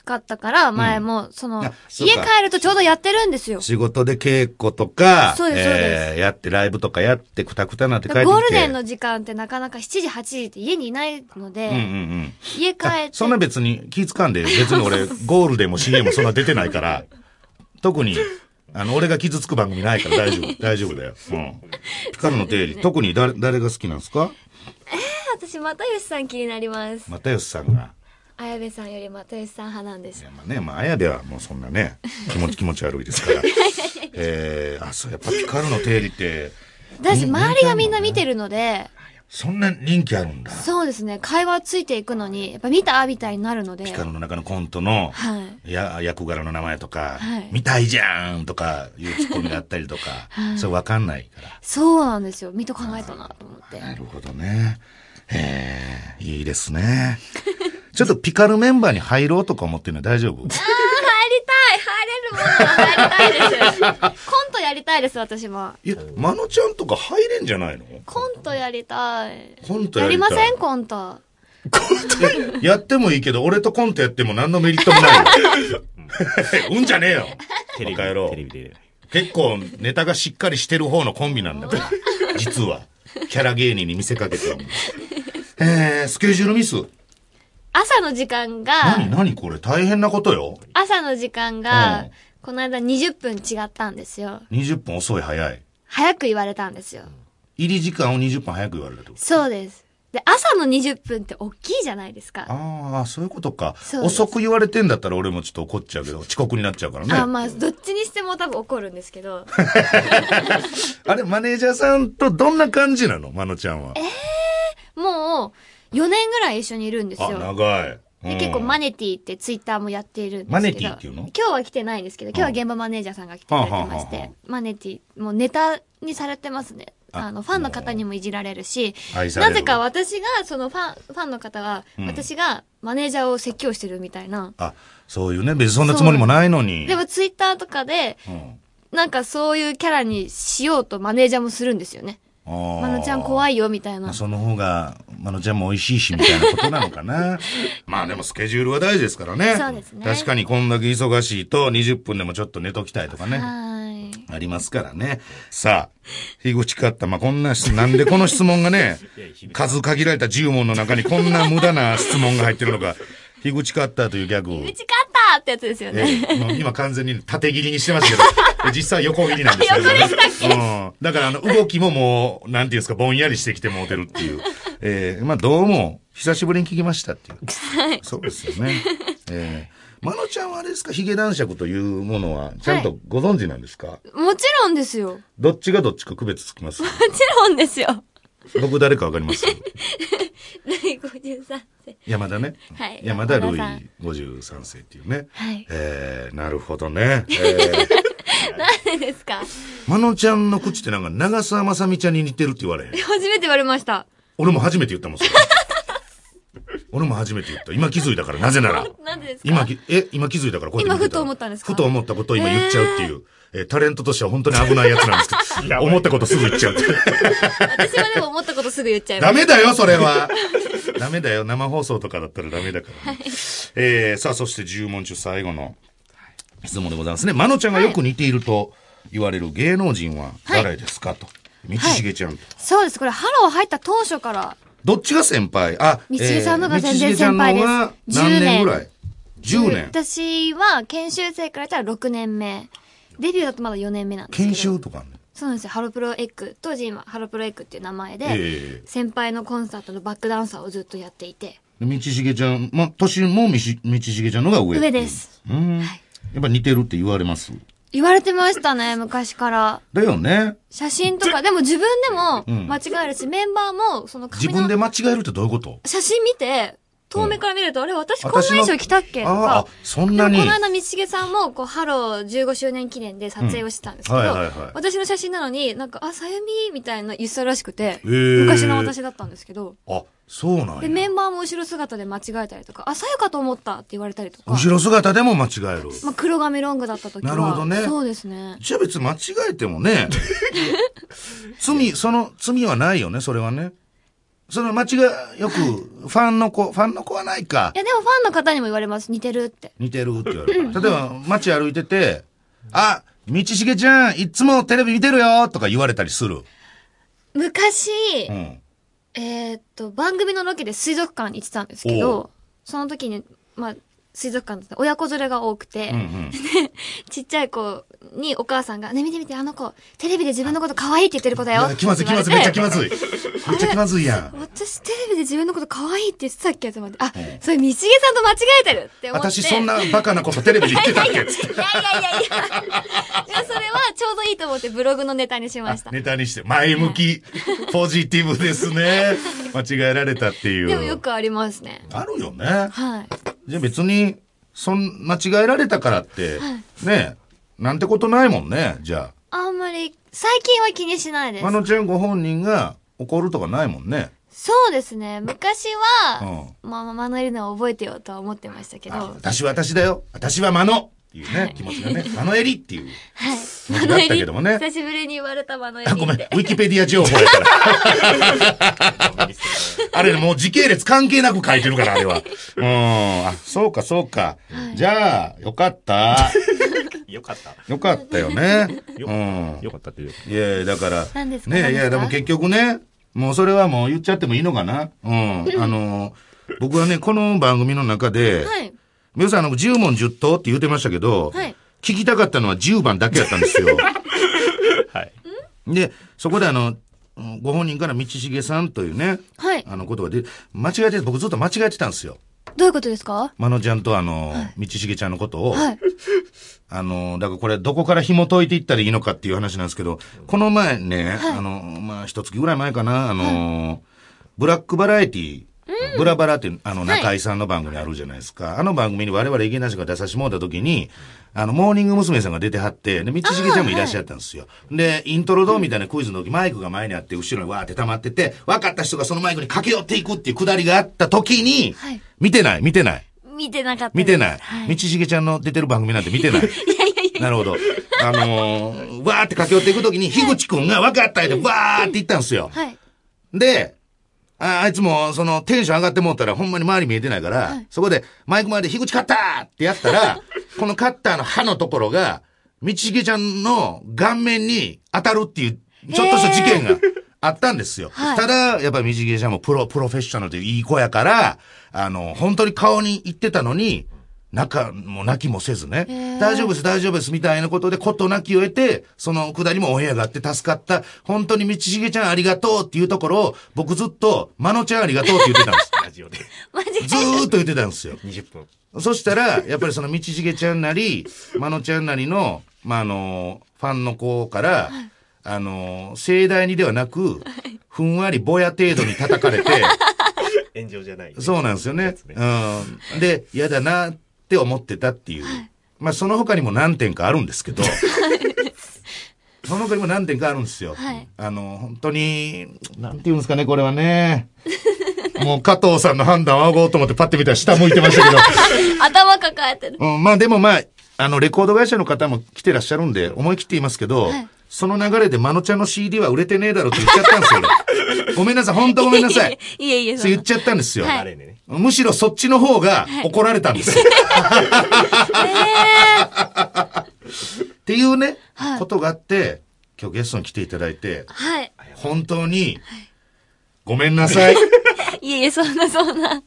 Speaker 4: かったから、前も、その
Speaker 2: あ、そう
Speaker 4: 家
Speaker 2: か
Speaker 4: 帰るとちょうどやってるんですよ。
Speaker 2: 仕事で稽古とか、
Speaker 4: そうですそうです
Speaker 2: えーやって、ライブとかやって、くたくたなって
Speaker 4: だ
Speaker 2: 帰っ
Speaker 4: か
Speaker 2: て
Speaker 4: ら
Speaker 2: きて。
Speaker 4: ゴールデンの時間ってなかなか7時、8時って家にいないので、
Speaker 2: うんうんうん。
Speaker 4: 家帰って。
Speaker 2: そんな別に気使うんで、別に
Speaker 4: <laughs>
Speaker 2: 俺、ゴールデンも CM もそんな出てないから、特に、あの、俺が傷つく番組ないから大丈
Speaker 4: <laughs>
Speaker 2: 夫、大丈夫だよ。うん。ピカルの定理、特に誰、誰が好きなんですか
Speaker 4: 私、又吉さん気になります。
Speaker 2: 又吉さんが。
Speaker 4: 綾部さんより又吉さん派なんです
Speaker 2: い。やまあね、まあ、綾部はもうそんなね、気持ち気持ち悪いです
Speaker 4: <laughs>
Speaker 2: から。えー、あ、そう、やっぱピカルの定理って、
Speaker 4: だし、周りがみんな見てるので、
Speaker 2: そんな人気あるんだ。
Speaker 4: そうですね、会話ついていくのに、やっぱ見たみたいになるので、
Speaker 2: ピカルの中のコントの、
Speaker 4: はい。
Speaker 2: や、役柄の名前とか、
Speaker 4: はい
Speaker 2: 見たいじゃんとかいうツッコミがあったりと
Speaker 4: <laughs>
Speaker 2: か、それわかんないから。
Speaker 4: そうなんですよ。見と考えたなと思って。
Speaker 2: なるほどね。ええいいですね。 <laughs> ちょっとピカルメンバーに入ろうとか思ってるの大丈夫
Speaker 4: 入りたい入れるものは入りた
Speaker 2: <laughs>
Speaker 4: いです。コントやりたいです、私も。
Speaker 2: いや、まのちゃんとか入れんじゃないの
Speaker 4: コントやりたい。
Speaker 2: コント
Speaker 4: や
Speaker 2: や
Speaker 4: り
Speaker 2: り
Speaker 4: ま
Speaker 2: たい。
Speaker 4: せん、コント。
Speaker 2: んやってもいいけど、俺とコントやっても何のメリットもないよ。 <laughs> うんじゃねえよ。
Speaker 3: テレビ、
Speaker 2: バカ野郎
Speaker 3: テレビで。
Speaker 2: 結構ネタがしっかりしてる方のコンビ
Speaker 4: <laughs>
Speaker 2: なんだから、実は。キャラ芸人に見せかけてはもう。えー、スケジュールミス。
Speaker 4: 朝の時
Speaker 2: 何
Speaker 4: 間が、
Speaker 2: 何これ大変なことよ。
Speaker 4: 朝の時間
Speaker 2: う
Speaker 4: が
Speaker 2: ん、
Speaker 4: この間20分違ったんですよ。
Speaker 2: 20分遅い早い。
Speaker 4: 早く言われたんですよ。
Speaker 2: 入り時間を20分早く言われるってこと
Speaker 4: そうです。で、朝の20分って大きいじゃないですか。
Speaker 2: ああ、そういうことか。
Speaker 4: そうです
Speaker 2: 遅く言われてんだったら俺もちょっと怒っちゃうけど、遅刻になっちゃうからね。
Speaker 4: あ、
Speaker 2: あ
Speaker 4: まあ、どっちにしても多分怒るんですけど。
Speaker 2: <laughs> れ、マネージャーさんとどんな感じなのまのちゃんは。
Speaker 4: もう、4年ぐらい一緒にいるんです
Speaker 2: あ、
Speaker 4: よ。
Speaker 2: 長い。
Speaker 4: で、
Speaker 2: うん
Speaker 4: 結構マネティってツイッターもやっているんですけど。
Speaker 2: マネティっていうの
Speaker 4: 今日は来てないんですけど、今日は現場マネージャーさんが来てくれてまし
Speaker 2: はあはあはあ
Speaker 4: て、マネティ、もうネタにされてますね。
Speaker 2: あ
Speaker 4: あの、ファンの方にもいじられるし、
Speaker 2: 愛され
Speaker 4: な
Speaker 2: る
Speaker 4: ぜか私が、そのファン、ファンの方は、
Speaker 2: うん
Speaker 4: 私がマネージャーを説教してるみたいな。
Speaker 2: あ、そういうね、別にそんなつもりもないのに。
Speaker 4: でもツイッターとかで、
Speaker 2: うん、
Speaker 4: なんかそういうキャラにしようとマネージャーもするんですよね。
Speaker 2: ま
Speaker 4: まなちゃん怖いよ、みたいな。
Speaker 2: その方が、まのちゃんも美味しいし、みたいなことなのかな。 <laughs> まあでもスケジュールは大事ですからね。
Speaker 4: そうですね
Speaker 2: 確かにこんだけ忙しいと、20分でもちょっと寝ときたいとかね。
Speaker 4: はい。
Speaker 2: ありますからね。さあ、樋口かった。まあ、こんな質、 <laughs> なんでこの質問がね、数限られた10問の中にこんな無駄な質問が入ってるのか。樋口カッターというギャグを
Speaker 4: う。ち勝ったってやつですよ
Speaker 2: え
Speaker 4: ね。
Speaker 2: えもう今完全に縦切りにしてますけ <laughs> ど、実際は横切りなんですけど、ね。うん。だからあの、動きももう、なんていうんですか、ぼんやりしてきてもうてるっていう。ええまあどうも、久しぶりに聞きましたっていう。そうですよね。ええまのちゃんはあれですか、髭男爵というものは、ちゃんとご存知なんですか、
Speaker 4: もちろんですよ。も
Speaker 2: どっちがどっちか区別つきます
Speaker 4: ちろんですよ。
Speaker 2: 僕誰かわかり <laughs> ます
Speaker 4: 第53世。
Speaker 2: 山田ね。
Speaker 4: はい
Speaker 2: 山田ルイ
Speaker 4: 山
Speaker 2: 53世っていうね。
Speaker 4: はい。
Speaker 2: えー、なるほどね。えー、
Speaker 4: なんでですか
Speaker 2: まのちゃんの口ってなんか長澤まさみちゃんに似てるって言われへん。
Speaker 4: 初めて言われました。
Speaker 2: 俺も初めて言ったも
Speaker 4: <laughs>
Speaker 2: ん、それ。俺も初めて言った。今気づいたから、なぜなら。
Speaker 4: なんでですか
Speaker 2: 今き、え、今気づいたからこうやって見て
Speaker 4: 今ふと思ったんですか
Speaker 2: ふと思ったことを今言っちゃうっていう。えータレントとしては本当に危ないやつなん
Speaker 4: <laughs>
Speaker 2: ですけど、思ったことすぐ言っちゃうっていう。
Speaker 4: 私はでも思ったことすぐ言っちゃいま
Speaker 2: ダ
Speaker 4: す。
Speaker 2: メだよ、それ
Speaker 4: <laughs>
Speaker 2: は。ダメだよ、生放送とかだったらダメだから、ねえー、さあ、そして10問中最後の質問でございますね。まのちゃんがよく似ていると言われる芸能人は誰ですか、と。道重ちゃんと、
Speaker 4: そうです。これ、ハロー入った当初から。
Speaker 2: どっちが先輩あ、
Speaker 4: 道重さんの方が全
Speaker 2: 道
Speaker 4: 然
Speaker 2: 重ちゃんの方が
Speaker 4: 先輩です
Speaker 2: 何年ぐらい ?10 年。
Speaker 4: 私は、研修生からしたら6年目。デビューだとまだ4年目なんですけど。
Speaker 2: 研修とかね。
Speaker 4: そうなんですよ。ハロプロエッグ。当時今、ハロプロエッグっていう名前で、
Speaker 2: ええ
Speaker 4: 先輩のコンサートのバックダンサーをずっとやっていて。
Speaker 2: 道重ちゃん、ま、年もみし道重ちゃんの方が上。
Speaker 4: 上で。す。
Speaker 2: うん。やっぱ似てるって言われます。
Speaker 4: 言われてましたね、昔から。
Speaker 2: だよね。
Speaker 4: 写真とか、でも自分でも
Speaker 2: ん
Speaker 4: 間違えるし、メンバーも、その
Speaker 2: 自
Speaker 4: 髪
Speaker 2: 分
Speaker 4: の
Speaker 2: で間違えるってどういうこと
Speaker 4: 写真見て、遠目から見ると、あれ、私こんな
Speaker 2: 私の
Speaker 4: 衣装着たっけと
Speaker 2: ああ
Speaker 4: か。、
Speaker 2: そん
Speaker 4: で
Speaker 2: な
Speaker 4: も
Speaker 2: に。
Speaker 4: この間、道重さんも、こう、ハロー15周年記念で撮影をしてたんですけど、
Speaker 2: うんはいはいはい
Speaker 4: 私の写真なのに、なんか、あ、さゆみみたいな言ってたらしくて、
Speaker 2: ー
Speaker 4: 昔の私だったんですけど、
Speaker 2: あ、そうなん
Speaker 4: で、
Speaker 2: や
Speaker 4: メンバーも後ろ姿で間違えたりとか、あ、さゆかと思ったって言われたりとか、
Speaker 2: 後ろ姿でも間違える。
Speaker 4: まあ、黒髪ロングだった時は、
Speaker 2: なるほどね
Speaker 4: そうですね。
Speaker 2: じゃあ別に間違えても
Speaker 4: <laughs>
Speaker 2: ね、罪、その罪はないよね、それはね。その間違い、よく、ファンの子、ファンの子はないか
Speaker 4: い。や、でもファンの方にも言われます。似てるって。
Speaker 2: 似てるって言われるから。例えば街歩いてて、あ、道重ちゃん、いつもテレビ見てるよとか言われたりする。
Speaker 4: 昔、
Speaker 2: うん。
Speaker 4: えーっと、番組のロケで水族館に行ってたんですけ
Speaker 2: おう
Speaker 4: ど、その時に、まあ、水族館って親子連れが多くて、
Speaker 2: うんうん。
Speaker 4: <laughs> ちっちゃい子にお母さんが、ね、見て見て、あの子、テレビで自分のこと可愛いって言ってる子だ
Speaker 2: い
Speaker 4: よ。
Speaker 2: や気まずい気まずい、めっちゃ気
Speaker 4: ま
Speaker 2: まずい。めっちゃ気まずいやん。
Speaker 4: 私、テレビで自分のこと可愛いって言ってたっけと思って、あ、それ、道重さんと間違えてるって思って。
Speaker 2: 私そんなバカなことテレビで言ってたっけつっ
Speaker 4: <laughs> いやいやいやいや。いや、それはちょうどいいと思ってブログのネタにしました。
Speaker 2: ネタにして、前向
Speaker 4: <laughs>
Speaker 2: き、ポジティブですね。間違えられたっていう。
Speaker 4: でもよくありますね。
Speaker 2: あるよね。
Speaker 4: はい。
Speaker 2: じゃあ別に、そん、間違えられたからって、ねえ、なんてことないもんね、じゃ
Speaker 4: あんまり、最近は気にしないで
Speaker 2: あ。
Speaker 4: す
Speaker 2: ま。のちゃんご本人が怒るとかないもんね。
Speaker 4: そうですね。昔は、
Speaker 2: う
Speaker 4: まあ、マノエルナを覚えてよとは思ってましたけど、
Speaker 2: あ
Speaker 4: は
Speaker 2: 私は私だよ。私はマノっていうね、気持ちがね。マノエリっていう。
Speaker 4: い。
Speaker 2: マノエリだったけどもね
Speaker 4: <laughs> 久しぶりに言われたマノエリ
Speaker 2: あ、
Speaker 4: って。
Speaker 2: ごめん、ウィキペディア情報や
Speaker 4: <laughs>
Speaker 2: から。あれもう時系列関係なく書いてるから、あれは。うん。あ、そうか、そうか。じゃあ、よかった。
Speaker 3: よか
Speaker 2: <laughs>
Speaker 3: った。
Speaker 2: よかったよ
Speaker 4: <laughs>
Speaker 2: ね。
Speaker 3: よ
Speaker 2: うん。
Speaker 3: よかったって言う。
Speaker 2: いやいや、だから。
Speaker 4: 何ですか
Speaker 2: ね
Speaker 4: 何
Speaker 2: い
Speaker 4: ですか
Speaker 2: や、でも結局ね、もうそれはもう言っちゃってもいいのかな。うん。あの、僕はね、この番組の中で、
Speaker 4: はい。
Speaker 2: 皆さん、あの、10問10答って言ってましたけど、
Speaker 4: はい
Speaker 2: 聞きたかったのは10番だけやったんです
Speaker 4: <laughs>
Speaker 2: よ。
Speaker 3: はい。
Speaker 2: で、そこであの、うんご本人から道重さんというね、
Speaker 4: はい。
Speaker 2: あの言葉で、間違えて、僕ずっと間違えてたんですよ。
Speaker 4: どういうことですか
Speaker 2: まのちゃんとあの、道重ちゃんのことを、
Speaker 4: はい。
Speaker 2: あの、だからこれどこから紐解いていったらいいのかっていう話なんですけど、この前ね、あの、まあ、一月ぐらい前かな、あの、ブラックバラエティブラバラっていう、あの、中井さんの番組あるじゃないですか。あの番組に我々池梨が出させてもらった時に、あの、モーニング娘。さんが出てはって、で、道重ちゃんもいらっしゃったんですよ。で、イントロどうみたいなクイズの時、マイクが前にあって、後ろにわーって溜まってて、分かった人がそのマイクに駆け寄っていくっていうくだりがあった時に、
Speaker 4: はい
Speaker 2: 見てない、見てない、
Speaker 4: 見てなかったです。
Speaker 2: 見てない。
Speaker 4: はい。
Speaker 2: 道重ちゃんの出てる番組なんて見てない。なるほど。あのー、わーって駆け寄っていく時に、樋口くんが分かったって、わーって言ったんですよ。
Speaker 4: はい。
Speaker 2: で、ああいつも、その、テンション上がってもうたら、ほんまに周り見えてないから、そこで、マイク前で、樋口カッターってやった
Speaker 4: <laughs>
Speaker 2: ら、このカッターの刃のところが、道重ちゃんの顔面に当たるっていう、ちょっとした事件があったんですよ。
Speaker 4: <laughs> はい
Speaker 2: ただ、やっぱり道重ちゃんもプロ、プロフェッショナルといういい子やから、あの、本当に顔に言ってたのに、中、もう泣きもせずね、
Speaker 4: ー
Speaker 2: 大丈夫です、大丈夫です、みたいなことで、ことなきを得て、その下りもお部屋があって助かった、本当に道重ちゃんありがとうっていうところを、僕ずっと、まのちゃんありがとうって言ってたん
Speaker 3: <laughs>
Speaker 2: です。
Speaker 3: ラジオで
Speaker 4: 間違
Speaker 2: ずーっと言ってたんですよ。
Speaker 3: 20分。
Speaker 2: そしたら、やっぱりその道重ちゃんなり、まのちゃんなりの、まあ、あの、ファンの子から、あの、盛大にではなく、ふんわりぼや程度に叩かれて、
Speaker 3: 炎上じゃない。
Speaker 2: そうなんですよね。うん。で、嫌だなって思ってたっていう。まあ、その他にも何点かあるんですけど、 <laughs> その他にも何点かあるんですよ。
Speaker 4: はい
Speaker 2: あの、本当に、なんて言うんですかね、これはね。 <laughs> もう加藤さんの判断を仰ごうと思ってパッて見たら下向いてましたけど。
Speaker 4: 頭抱え
Speaker 2: <laughs>
Speaker 4: てる。
Speaker 2: うん、まあでもまあ、あの、レコード会社の方も来てらっしゃるんで、思い切って言いますけど、
Speaker 4: はい
Speaker 2: その流れで、まのちゃんの CD は売れてねえだろって言っちゃったんですよ、 <laughs> 俺ごめんなさい、本当ごめんなさ <laughs> い。
Speaker 4: いえいえ、
Speaker 2: っ
Speaker 4: そ
Speaker 2: て
Speaker 4: ん
Speaker 2: 言っ
Speaker 4: な
Speaker 2: ちゃったんですよ。
Speaker 4: はい
Speaker 3: あれね。
Speaker 2: むしろそっちの方が怒られたん
Speaker 4: <laughs>
Speaker 2: ですよ。っていうね、
Speaker 4: はい
Speaker 2: ことがあって、今日ゲストに来ていただいて、
Speaker 4: はい。
Speaker 2: 本当に、ごめんなさい。
Speaker 4: <laughs> いえいえ、そんなそんな。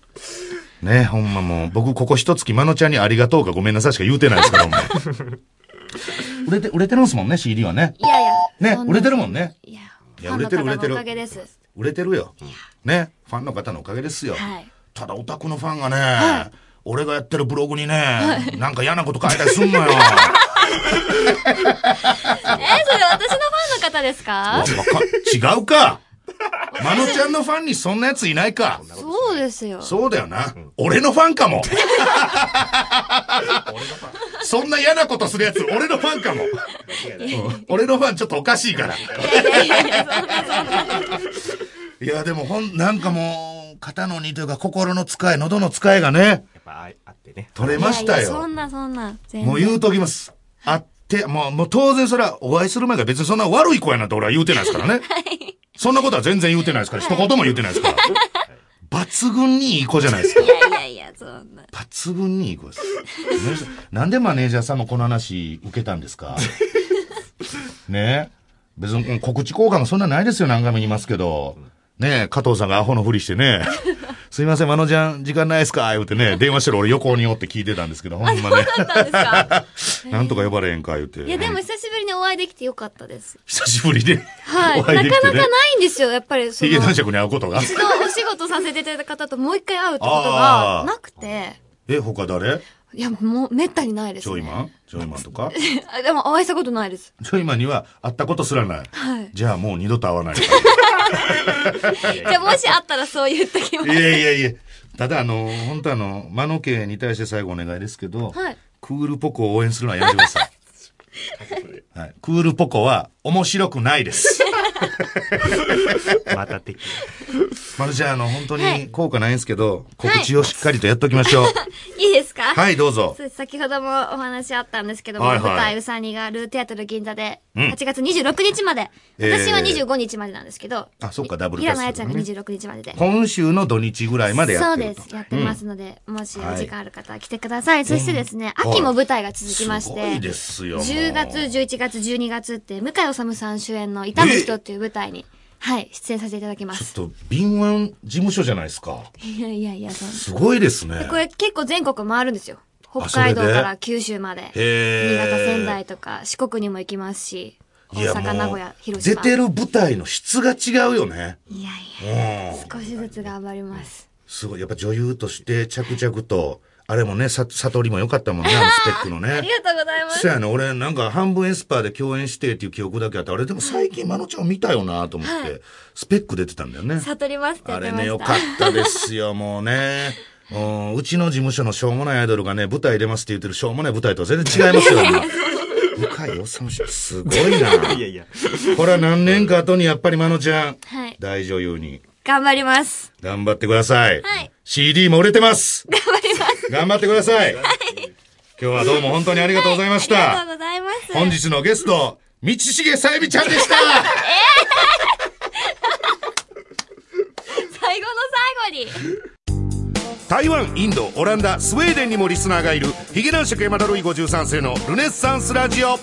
Speaker 2: ね、ほんまもう、僕ここ一月、まのちゃんにありがとうかごめんなさいしか言うてないですから、ほんま売れて、売れてるんすもんね、CD はね。
Speaker 4: いやいや。
Speaker 2: ね、
Speaker 4: そんな
Speaker 2: 売れてるもんね。
Speaker 4: いや、
Speaker 2: いや売れてる
Speaker 4: フ
Speaker 2: 売
Speaker 4: ァンの方
Speaker 2: れてる
Speaker 4: のおかげです。
Speaker 2: 売れてるよ。ね、ファンの方のおかげですよ。
Speaker 4: はい
Speaker 2: ただ、オタクのファンがね、俺がやってるブログにね、なんか嫌なこと書いたりすんの
Speaker 4: <laughs>
Speaker 2: よ。
Speaker 4: えー、それ私のファンの方ですか
Speaker 2: わか違うかまのちゃんのファンにそんなやついないか
Speaker 4: そうですよ。
Speaker 2: そうだよな。俺のファンかも。そんな嫌なことするやつ、俺のファンかも。うん俺のファンちょっとおかしいから。いや、でもほん、なんかもう、肩の荷というか心の使い、喉の使いがね、
Speaker 3: やっぱああってね。
Speaker 2: 取れました
Speaker 4: いやいやそ
Speaker 2: よ。
Speaker 4: んなそんな。全然
Speaker 2: もう言うときます。あって、もう、もう当然それはお会いする前から別にそんな悪い子やなんて俺は言うてないですからね。そんなことは全然言うてないですから、一言も言うてないですから。抜群にいい子じゃないですか
Speaker 4: い。やいやいや、そんな。
Speaker 2: 抜群にいい子です。なんでマネージャーさんもこの話受けたんですかねえ。別に告知効果もそんなないですよ、何回も言いますけど。ねえ、加藤さんがアホのふりしてね。すいません、マノちゃん、時間ないですか言うてね、電話してる俺横におって聞いてたんですけど、ほんまね。
Speaker 4: だったんですか <laughs>
Speaker 2: なんとか呼ばれへんか、言うて。
Speaker 4: いや、でも久しぶりにお会いできてよかったです。
Speaker 2: 久しぶりで、
Speaker 4: はい。
Speaker 2: お会いで
Speaker 4: な
Speaker 2: き
Speaker 4: か
Speaker 2: て
Speaker 4: な
Speaker 2: ね
Speaker 4: か。ないんですよ、やっぱりそ
Speaker 2: ヒゲ
Speaker 4: の。
Speaker 2: 男
Speaker 4: 一
Speaker 2: 爵に会うことが。
Speaker 4: 度お仕事させていただいた方ともう一回会うってことがなくて、
Speaker 2: え、他誰
Speaker 4: いや、もう、めったにないで
Speaker 2: ジ
Speaker 4: す、
Speaker 2: ョ
Speaker 4: ね。
Speaker 2: イマンジョイマンとか
Speaker 4: あ <laughs> でも、お会いしたことないです。
Speaker 2: ジョイマンには会ったことすらない。
Speaker 4: はい
Speaker 2: じゃあもう二度と会
Speaker 4: <laughs>
Speaker 2: わない。
Speaker 4: じゃあ、もし会ったらそう言っときま
Speaker 2: い
Speaker 4: す。
Speaker 2: やいやいや。ただあの、本当あの、魔の家に対して最後お願いですけど、
Speaker 4: はい
Speaker 2: クールポコを応援するのはやめてくだ
Speaker 4: <laughs>
Speaker 2: さい。はい、クールポコは面白くない
Speaker 4: <laughs>
Speaker 2: です。
Speaker 3: また敵。
Speaker 2: まるちゃん、あの、本当
Speaker 4: は
Speaker 2: に
Speaker 4: い
Speaker 2: 効果ないんですけど、告知をしっかりとやっときましょう。
Speaker 4: いいですか
Speaker 2: はい、どうぞ。
Speaker 4: <laughs> そうです先ほどもお話あったんですけども、
Speaker 2: はいはい
Speaker 4: 舞台うさぎがルーテアトル銀座で、
Speaker 2: うん
Speaker 4: 8月26日まで、
Speaker 2: えー
Speaker 4: 私は25日までなんですけど、
Speaker 2: あそっかダブル
Speaker 4: 平
Speaker 2: 活動
Speaker 4: 野
Speaker 2: ね
Speaker 4: 彩ちゃんが26日までで。
Speaker 2: 今週の土日ぐらいまでや
Speaker 4: そ
Speaker 2: っ
Speaker 4: う
Speaker 2: てる
Speaker 4: で
Speaker 2: と。
Speaker 4: す。やってますので、もし
Speaker 2: はい
Speaker 4: お時間ある方は来てください。そしてですね、
Speaker 2: うん
Speaker 4: 秋も舞台が続きまし
Speaker 2: す
Speaker 4: て、
Speaker 2: ごいですよ。もう
Speaker 4: 10月、11月、12月って、向井治さん主演の痛む人っていう舞台に、はい、出演させていただきま
Speaker 2: ち
Speaker 4: す。
Speaker 2: ょっと、敏腕事務所じゃないですか。
Speaker 4: いやいやいや、そんな
Speaker 2: すごいですね。
Speaker 4: これ結構全国回るんですよ。北
Speaker 2: それ
Speaker 4: 海
Speaker 2: で
Speaker 4: 道から九州まで。
Speaker 2: へー
Speaker 4: 新潟、仙台とか、四国にも行きますし、
Speaker 2: い
Speaker 4: 大
Speaker 2: や
Speaker 4: 阪、
Speaker 2: もう
Speaker 4: 名古屋、広島。
Speaker 2: 出てる舞台の質が違うよね。
Speaker 4: いやいや、
Speaker 2: うん。
Speaker 4: 少しずつ頑張ります。
Speaker 2: すごい。やっぱ女優として着々とあれもね、さ、悟りも良かったもんね、あのスペックの
Speaker 4: <laughs> あ
Speaker 2: ね
Speaker 4: り。がとうございま
Speaker 2: そ
Speaker 4: す。
Speaker 2: やね、俺なんか半分エスパーで共演してっていう記憶だけあって、あれでも最近まのちゃんを見たよなと思って、スペック出てたんだよね。
Speaker 4: 悟りますってや
Speaker 2: あ
Speaker 4: って
Speaker 2: れ
Speaker 4: ま
Speaker 2: ね、
Speaker 4: し
Speaker 2: 良
Speaker 4: た。
Speaker 2: かったです
Speaker 4: <laughs>
Speaker 2: よ、もうね。うんうちの事務所のしょうもないアイドルがね、舞台出ますって言ってるしょうもない舞台とは全然違いますよ、ね。深いおさむし、すごいな。
Speaker 3: いやいや。
Speaker 2: これは何年か後にやっぱりまのちゃん、
Speaker 4: はい
Speaker 2: 大女優に
Speaker 4: 頑張ります。
Speaker 2: 頑張ってください。
Speaker 4: はい
Speaker 2: CD も売れてます。頑張ります。頑張ってください。今日はどうも本当にありがとうございました。
Speaker 4: ありがとうございます。
Speaker 2: 本日のゲスト、道重さゆみちゃんでした
Speaker 4: 最後の最後に。
Speaker 2: 台湾、インド、オランダ、スウェーデンにもリスナーがいる、ヒゲ男爵山田ルイ53世のルネッサンスラジオ。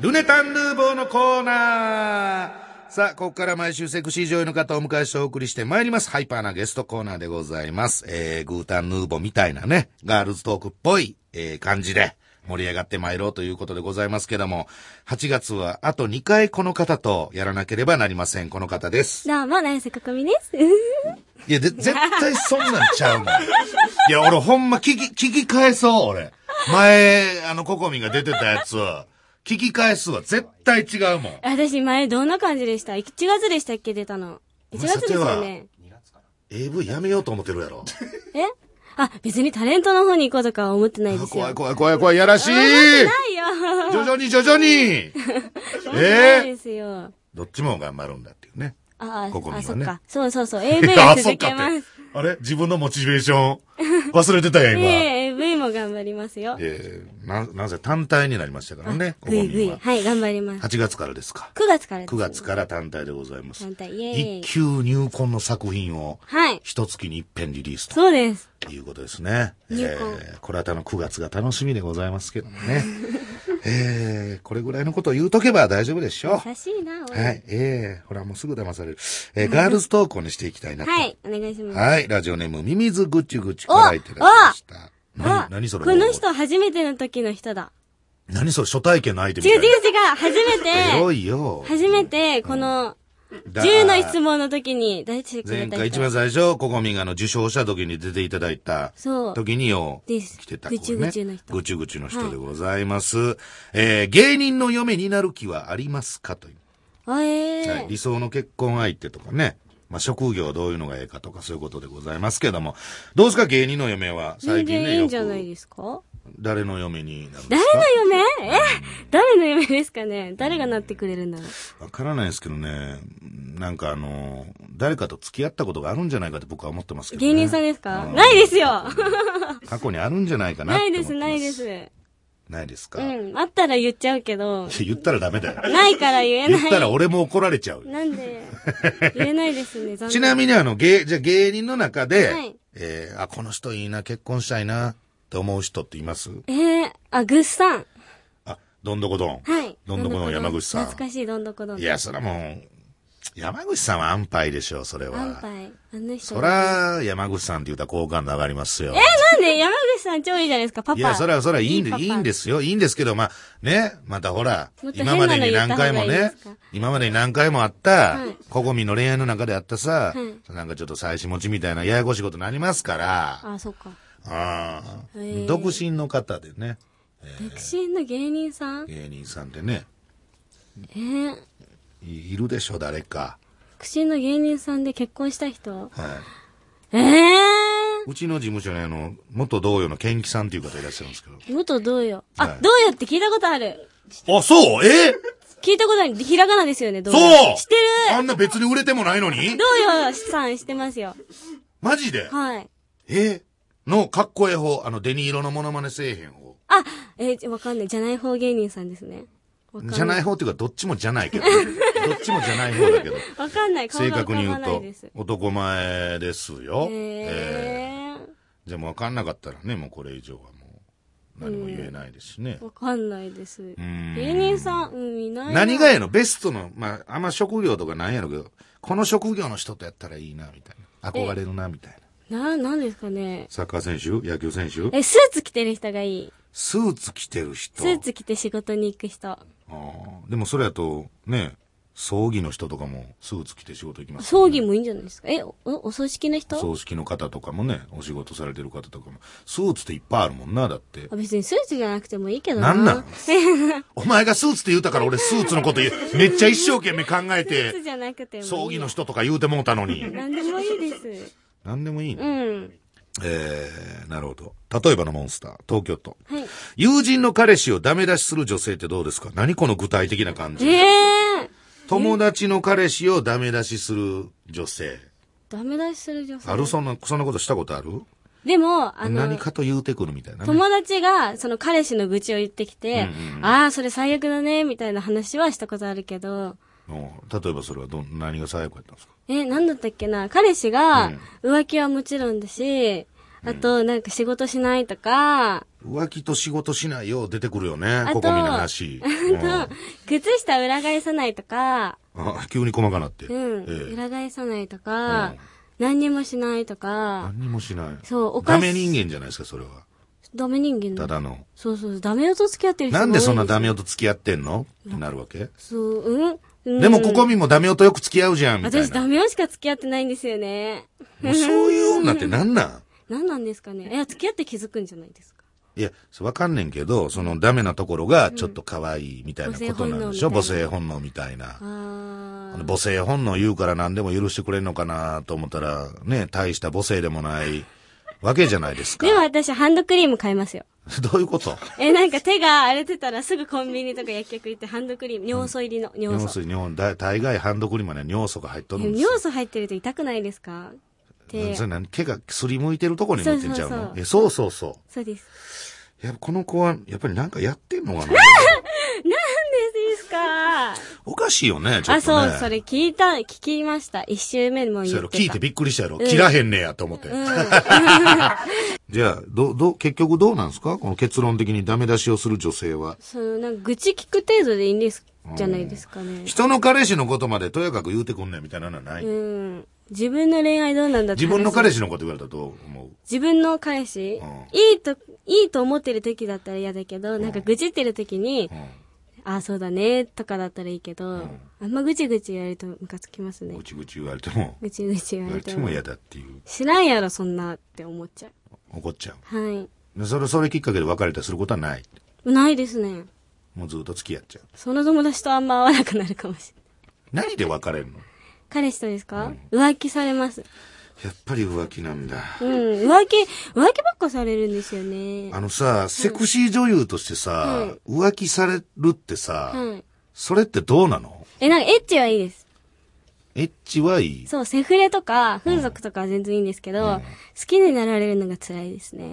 Speaker 2: ルネタンヌーボーのコーナーさあ、ここから毎週セクシー女優の方をお迎えしてお送りしてまいります。ハイパーなゲストコーナーでございます。えー、グータンヌーボーみたいなね、ガールズトークっぽい、えー、感じで盛り上がってまいろうということでございますけども、8月はあと2回この方とやらなければなりません。この方です。
Speaker 5: どうも、ナイスココミです。 <laughs>
Speaker 2: いや、で、絶対そんなんちゃ <laughs> うもん。いや、俺ほんま聞き、聞き返そう、俺。前、あの、ココミンが出てたやつは、聞き返すわ。絶対違うもん。
Speaker 5: 私前どんな感じでした ?1 月でしたっけ出たの。1月ですよね。
Speaker 2: AV やめようと思ってるやろ。
Speaker 5: えあ、別にタレントの方に行こうとかは思ってないですよ。
Speaker 2: <laughs> <laughs> 怖い怖い怖い怖い、やらしい
Speaker 5: ないよ。
Speaker 2: 徐々に徐 <laughs> 々にえ
Speaker 5: ない
Speaker 2: え
Speaker 5: ですよ。
Speaker 2: どっちも頑張るんだっていう <laughs> ね。
Speaker 5: あ、
Speaker 2: ここには
Speaker 5: あ、
Speaker 2: ね
Speaker 5: そっか。そうそ
Speaker 2: <laughs>
Speaker 5: うそう。AV
Speaker 2: あ
Speaker 5: が
Speaker 2: そっ
Speaker 5: 続
Speaker 2: か
Speaker 5: け
Speaker 2: っ
Speaker 5: ま
Speaker 2: て
Speaker 5: す。。
Speaker 2: あれ自分のモチベーシ <laughs> ョン。忘れてたやん、今。え
Speaker 5: ええ、AV も頑張りますよ。
Speaker 2: えな、なぜ単体になりましたからね、ココ
Speaker 5: ぐいぐ
Speaker 2: ミン
Speaker 5: い。
Speaker 2: は。
Speaker 5: はい、頑張ります。
Speaker 2: 8月からですか。
Speaker 5: 9月からです。
Speaker 2: 9月から単体でございます。
Speaker 5: 単体、イエー
Speaker 2: 一
Speaker 5: イ。
Speaker 2: 級入魂の作品を、
Speaker 5: はい。
Speaker 2: 一月に一遍リリースと
Speaker 5: そうです。
Speaker 2: いうことですね。
Speaker 5: 入
Speaker 2: え
Speaker 5: 魂
Speaker 2: ー、これはたの9月が楽しみでございますけどもね。えー、これぐらいのことを言うとけば大丈夫でしょう。
Speaker 5: 優しいな、おい
Speaker 2: はい、えー、ほらもうすぐ騙される。えー、ガールズ投稿にしていきたいなと。
Speaker 5: はい、お願いします。
Speaker 2: はい、ラジオネーム、ミミズぐちゅぐちゅからいてらっしゃいました。
Speaker 5: あ
Speaker 2: 何、何それ
Speaker 5: この人初めての時の人だ。
Speaker 2: 何それ初体験のアイテム
Speaker 5: 違う
Speaker 2: み
Speaker 5: 違
Speaker 2: た
Speaker 5: う
Speaker 2: いな。
Speaker 5: 違う、初め
Speaker 2: <laughs> エロ
Speaker 5: て、
Speaker 2: いよ。
Speaker 5: 初めて、この、
Speaker 2: だ
Speaker 5: 10の質問の時に出してくれ
Speaker 2: 前
Speaker 5: た人。
Speaker 2: 回一番最初、ココミンがあの受賞した時に出ていただいた
Speaker 5: そう
Speaker 2: 時によ、
Speaker 5: です
Speaker 2: 来てた子ね。
Speaker 5: ぐちゅぐちゅの人
Speaker 2: ぐちゅぐちゅの人でございます。えー、芸人の嫁になる気はありますかという、
Speaker 5: あえ
Speaker 2: はい
Speaker 5: ー
Speaker 2: 理想の結婚相手とかね。まあ、職業どういうのがええかとかそういうことでございますけども。どうですか芸人の嫁は。最
Speaker 5: 全
Speaker 2: 近
Speaker 5: 然
Speaker 2: ね、
Speaker 5: いい
Speaker 2: よ
Speaker 5: んじゃない
Speaker 2: く
Speaker 5: ですか
Speaker 2: 誰の嫁になるんで
Speaker 5: 誰
Speaker 2: すか
Speaker 5: の夢え誰の夢ですかね誰がなってくれるんだろう。
Speaker 2: わからないですけどね。なんかあの、誰かと付き合ったことがあるんじゃないかって僕は思ってますけど、ね。
Speaker 5: 芸人さんですか
Speaker 2: うん
Speaker 5: ないですよ
Speaker 2: 過去にあるんじゃないかなっ
Speaker 5: な
Speaker 2: て思
Speaker 5: い
Speaker 2: ってます
Speaker 5: です、ないで。す。
Speaker 2: ないですか、
Speaker 5: う
Speaker 2: いや
Speaker 5: ん。あったら言っちゃうけど、
Speaker 2: 言ったらダメだよ。
Speaker 5: ないから <laughs> 言え
Speaker 2: 言った
Speaker 5: な
Speaker 2: ら
Speaker 5: い。
Speaker 2: 俺も怒られちゃうよ。
Speaker 5: なんで、言えないですね、残念。
Speaker 2: ちなみにあの、芸、じゃあ芸人の中で、
Speaker 5: はい
Speaker 2: えー、あ、この人いいな、結婚したいな、って思う人っています
Speaker 5: えー、あ、ぐっさん。
Speaker 2: あ、どんどこどん。
Speaker 5: はい。
Speaker 2: どんどこどん山口さん。
Speaker 5: 懐かしいどんどこどん。
Speaker 2: いや、そらもう、山口さんは安牌でしょう、それは。
Speaker 5: 安牌。あの人。
Speaker 2: そら、山口さんって言ったら好感度上がりますよ。
Speaker 5: なんで山口さん超いいじゃないですか、パパ。
Speaker 2: いや、それはそれはいいんで、
Speaker 5: パパ
Speaker 2: いいんですよ。いいんですけど、まあ、ね、またほら
Speaker 5: もっ、と変
Speaker 2: 今ま
Speaker 5: なの
Speaker 2: でに何回も
Speaker 5: 言った
Speaker 2: ね
Speaker 5: 方がいいですか、
Speaker 2: 今までに何回もあった
Speaker 5: はい、
Speaker 2: ココミの恋愛の中であったさ
Speaker 5: は、
Speaker 2: なんかちょっと妻子持ちみたいなややこしいことになりますから、
Speaker 5: あ、そっか。
Speaker 2: ああ
Speaker 5: へえ
Speaker 2: 独身の方でね、
Speaker 5: 独身の芸人さん
Speaker 2: 芸人さんでね、
Speaker 5: えー、
Speaker 2: いいるでしょ、誰か。
Speaker 5: 独身の芸人さんで結婚した人
Speaker 2: はい
Speaker 5: えー、
Speaker 2: うちの事務所にあの、元同様のケンキさんっていう方いらっしゃるんですけ
Speaker 5: 元どうよ。
Speaker 2: は
Speaker 5: あ
Speaker 2: い、
Speaker 5: どうよって聞いたことある。
Speaker 2: ど。あ、そうえ
Speaker 5: 聞いたことある。ひらがなですよね、どう
Speaker 2: そ
Speaker 5: よ。
Speaker 2: う
Speaker 5: 知って
Speaker 2: あ
Speaker 5: る
Speaker 2: んな別に売れてもないのに
Speaker 5: どうよさんしてますよ。
Speaker 2: マジで
Speaker 5: はい。
Speaker 2: えの、かっこええ方、あの、デニーロのモノマネせえへん方。
Speaker 5: あ、えー、わかんない。じゃない方芸人さんですね。わかん
Speaker 2: じゃない方っていうか、どっちもじゃ
Speaker 5: <laughs>
Speaker 2: ないけど、ね。どっちもじゃない方だけど。
Speaker 5: わかんない。顔
Speaker 2: 正
Speaker 5: が浮
Speaker 2: 確に言
Speaker 5: かば
Speaker 2: う
Speaker 5: ない
Speaker 2: と
Speaker 5: です。、
Speaker 2: 男前です
Speaker 5: え
Speaker 2: よ。え
Speaker 5: ー。
Speaker 2: じゃあもうわかんなかったらね、もうこれ以上はもう、何も言えないですしね。
Speaker 5: わかんないです。
Speaker 2: ん
Speaker 5: 芸人さん、うん、いないな。
Speaker 2: 何がええのベストの、まあ、あんま職業とかなんやろうけど、この職業の人とやったらいいな、みたいな。憧れるな、みたいな。
Speaker 5: な、なんですかね。
Speaker 2: サッカー選手野球選手
Speaker 5: え、スーツ着てる人がいい。
Speaker 2: スーツ着てる人。
Speaker 5: スーツ着て仕事に行く人。
Speaker 2: あーでもそれやと、ね、葬儀の人とかもスーツ着て仕事行きます、
Speaker 5: 葬儀もいいんじゃないですか。え、お、お葬式の人
Speaker 2: 葬式の方とかもね、お仕事されてる方とかも、スーツっていっぱいあるもんな、だって
Speaker 5: あ。別にスーツじゃなくてもいいけど
Speaker 2: なんなんお前がスーツって言うたから俺スーツのこと言う。めっちゃ一生懸命考え
Speaker 5: スーツ
Speaker 2: て、
Speaker 5: じゃなくてもいい。
Speaker 2: 葬儀の人とか言うてもうたのに。
Speaker 5: なんでもいいです。
Speaker 2: なんでもいいね。
Speaker 5: うん。
Speaker 2: えー、なるほど。例えばのモンスター、東京都。
Speaker 5: はい。
Speaker 2: <laughs> 友人の彼氏をダメ出しする女性ってどうですか何この具体的な感じ。
Speaker 5: ええー、
Speaker 2: 友達の彼氏をダメ出しする女性。
Speaker 5: ダメ出しする女性。
Speaker 2: あるそんな、そんなことしたことある
Speaker 5: でも、あ
Speaker 2: 何
Speaker 5: の、
Speaker 2: かと言うてくるみたいなね、
Speaker 5: 友達が、その彼氏の愚痴を言ってきて、ああ、それ最悪だね、みたいな話はしたことあるけど、
Speaker 2: うん例えばそれはどん、何が最悪やったんですか
Speaker 5: え、なんだったっけな、彼氏が、浮気はもちろんだし、あと、なんか仕事しないとか、
Speaker 2: 浮気と仕事しないよう出てくるよね。
Speaker 5: と
Speaker 2: ここみんな
Speaker 5: <laughs>
Speaker 2: 話。うん
Speaker 5: 靴下裏返さないとか、
Speaker 2: あ急に細かなって。
Speaker 5: うん、
Speaker 2: ええ
Speaker 5: 裏返さないとか、何にもしないとか、
Speaker 2: 何にもしない。
Speaker 5: そう、お
Speaker 2: ダ
Speaker 5: 菓子。
Speaker 2: メ人間じゃないですか、それは。
Speaker 5: ダメ人間
Speaker 2: た
Speaker 5: だ。
Speaker 2: だの。
Speaker 5: そうそう、ダメ男と付き合ってる人
Speaker 2: な
Speaker 5: が多い
Speaker 2: んでそんなダメ
Speaker 5: 男
Speaker 2: 男と付き合ってんのってなるわけ
Speaker 5: そう、うん、うん
Speaker 2: でもここみもダメ男とよく付き合うじゃん、みたい
Speaker 5: 私ダ
Speaker 2: な。
Speaker 5: メ男しか付き合ってないんですよね。
Speaker 2: もうそういう女ってなんなん
Speaker 5: 何なんですかねいや、付き合って気づくんじゃないですか。
Speaker 2: いや、そうわかんねんけど、そのダメなところがちょっと可愛いみたいなことなんでしょ、
Speaker 5: うん
Speaker 2: 母性本能みたいな。
Speaker 5: あー。
Speaker 2: 母性本能言うから何でも許してくれんのかなと思ったら、ね、大した母性でもないわけじゃないですか。
Speaker 5: でも私ハンドクリーム買いますよ。
Speaker 2: どういうこと
Speaker 5: え、なんか手が荒れてたらすぐコンビニとか薬局行ってハンドクリーム、尿素入りの尿
Speaker 2: 尿
Speaker 5: 素。
Speaker 2: 素、日本、だ大概ハンドクリームはね、尿素が入っとるん
Speaker 5: え
Speaker 2: ですよ
Speaker 5: 尿。素入ってると痛くないですか手。
Speaker 2: そ
Speaker 5: そ
Speaker 2: れ何毛がすりむいてるとこに乗ってんちゃうのえそうそうそう
Speaker 5: です。
Speaker 2: う。やっぱこの子は、やっぱりなんかやってんのか
Speaker 5: <laughs>
Speaker 2: な
Speaker 5: ですか
Speaker 2: おかしいよね、ちょ
Speaker 5: あ、
Speaker 2: っと
Speaker 5: そ
Speaker 2: ね。
Speaker 5: う、それ聞いた、聞きました。一周目も
Speaker 2: そう
Speaker 5: 言
Speaker 2: や
Speaker 5: っ
Speaker 2: ろ、
Speaker 5: てた。
Speaker 2: 聞いてびっくりしたやろ。
Speaker 5: うん
Speaker 2: 切らへんねやと思って。 <laughs> じゃあ、ど、ど、結局どうなんですかこの結論的にダメ出しをする女性は。
Speaker 5: その、なんか愚痴聞く程度でいいんです、じゃないですかね。
Speaker 2: 人の彼氏のことまでとやかく言うてくんねんみたいなのはない。
Speaker 5: うん。自分の恋愛どうなんだって
Speaker 2: 自分の彼
Speaker 5: 氏。
Speaker 2: 氏のこと言われたらどう思う
Speaker 5: 自分の彼氏、
Speaker 2: う
Speaker 5: いいと、いいと思ってる時だったら嫌だけど、なんか愚痴ってる時に、ああ、そうだね、とかだったらいいけど、あんまぐちぐち言われるとムカつきます
Speaker 2: うん。
Speaker 5: ね
Speaker 2: ぐ。ちぐち言われても、
Speaker 5: ぐちぐち言わ
Speaker 2: 言わ
Speaker 5: れ
Speaker 2: れ
Speaker 5: て
Speaker 2: て
Speaker 5: も
Speaker 2: も。嫌だっていう。
Speaker 5: 知らんやろ、そんなって思っちゃ
Speaker 2: 怒っちゃ
Speaker 5: う。はい。
Speaker 2: う。でそれ、それきっかけで別れたりすることはない。
Speaker 5: ないですね。
Speaker 2: もうずっと付き合っちゃう。
Speaker 5: その友達とあんま会わなくなるかもしれない。
Speaker 2: 何で別れるの
Speaker 5: 彼氏とですか、浮気されます。
Speaker 2: やっぱり浮気なんだ。
Speaker 5: うん、浮気、浮気ばっかされるんですよね。
Speaker 2: あのさ、セクシー女優としてさ、浮気されるってさ、
Speaker 5: はい。
Speaker 2: それってどうなの
Speaker 5: え、なんかエッチはいいです。
Speaker 2: エッチはいい。
Speaker 5: そう、セフレとか、風俗とかは全然いいんですけど、好きになられるのが辛いですね。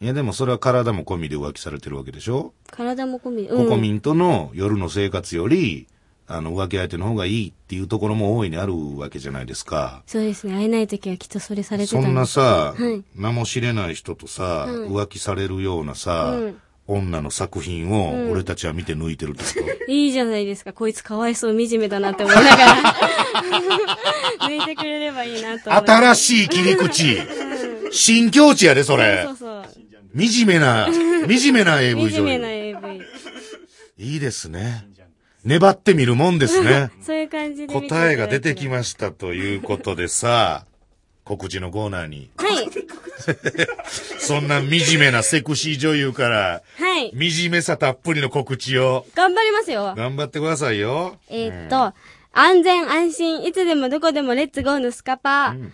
Speaker 2: いやでもそれは体も込みで浮気されてるわけでしょ、
Speaker 5: 体も込みで。
Speaker 2: ココ
Speaker 5: ん。
Speaker 2: ミンとの夜の生活より、あの浮気相手の方がいいっていうところも大いにあるわけじゃないですか。
Speaker 5: そうですね。会えない時はきっとそれされてた
Speaker 2: そんな
Speaker 5: です。
Speaker 2: さ、
Speaker 5: はい
Speaker 2: 名も知れない人とさ、浮気されるようなさ、
Speaker 5: うん
Speaker 2: 女の作品を俺たちは見て抜いてる
Speaker 5: <laughs>
Speaker 2: ってこと、
Speaker 5: いいじゃないですか。こいつかわいそう、惨めだなって思いながら。
Speaker 2: <laughs>
Speaker 5: 抜いてくれればいいなと思って。
Speaker 2: 新しい切り口。新境地やで、それ
Speaker 5: そう。そうそう。
Speaker 2: 惨めな、惨めな AV
Speaker 5: 惨
Speaker 2: 女
Speaker 5: めな
Speaker 2: 優。
Speaker 5: AV。
Speaker 2: いいですね。粘ってみるもんですね。
Speaker 5: そういう感じで見ていただ
Speaker 2: 答
Speaker 5: け
Speaker 2: え
Speaker 5: れば。
Speaker 2: が出てきましたということで
Speaker 5: <laughs>
Speaker 2: さ、告知のコーナーに、
Speaker 5: はい。
Speaker 2: そんな惨めなセクシー女優から、
Speaker 5: はい。
Speaker 2: 惨めさたっぷりの告知を、
Speaker 5: 頑張りますよ。
Speaker 2: 頑張ってくださいよ。
Speaker 5: えーっと、安全安心、いつでもどこでもレッツゴーのスカパー。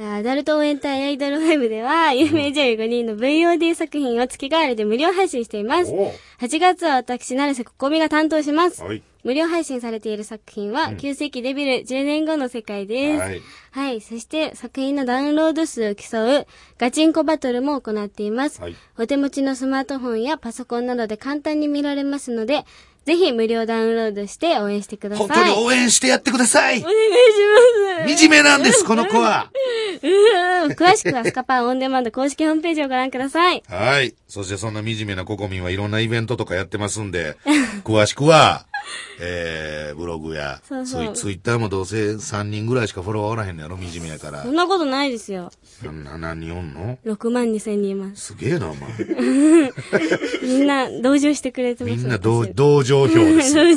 Speaker 5: アダルト応援隊アイドルウェブでは、有名女優5人の VOD 作品を月替わりで無料配信しています。
Speaker 2: おう
Speaker 5: 8月は私、成瀬ここみが担当します。
Speaker 2: はい。
Speaker 5: 無料配信されている作品は、旧世紀デビル10年後の世界です。
Speaker 2: はい。
Speaker 5: はい。そして、作品のダウンロード数を競う、ガチンコバトルも行っています。
Speaker 2: はい
Speaker 5: お手持ちのスマートフォンやパソコンなどで簡単に見られますので、ぜひ無料ダウンロードして応援してください。
Speaker 2: 本当に応援してやってください
Speaker 5: お願いし
Speaker 2: 惨めなんです、この子は。
Speaker 5: ます。詳しくはスカパーオンデマンド公式ホームページをご覧ください。 <laughs>
Speaker 2: はい。そしてそんな惨めなココミンはいろんなイベントとかやってますんで、詳しくは、えー、ブログや、
Speaker 5: そうそう
Speaker 2: ツイツイッターもどうせ3人ぐらいしかフォロワーおらへんのやろ、惨めやから
Speaker 5: そん。なことないですよ。
Speaker 2: な、な、何人おんの
Speaker 5: 6万2千人います。
Speaker 2: すげえな、お前。
Speaker 5: みんな、同情してくれてます。
Speaker 2: みんな同、
Speaker 5: 私
Speaker 2: 同情票です。
Speaker 5: 同情。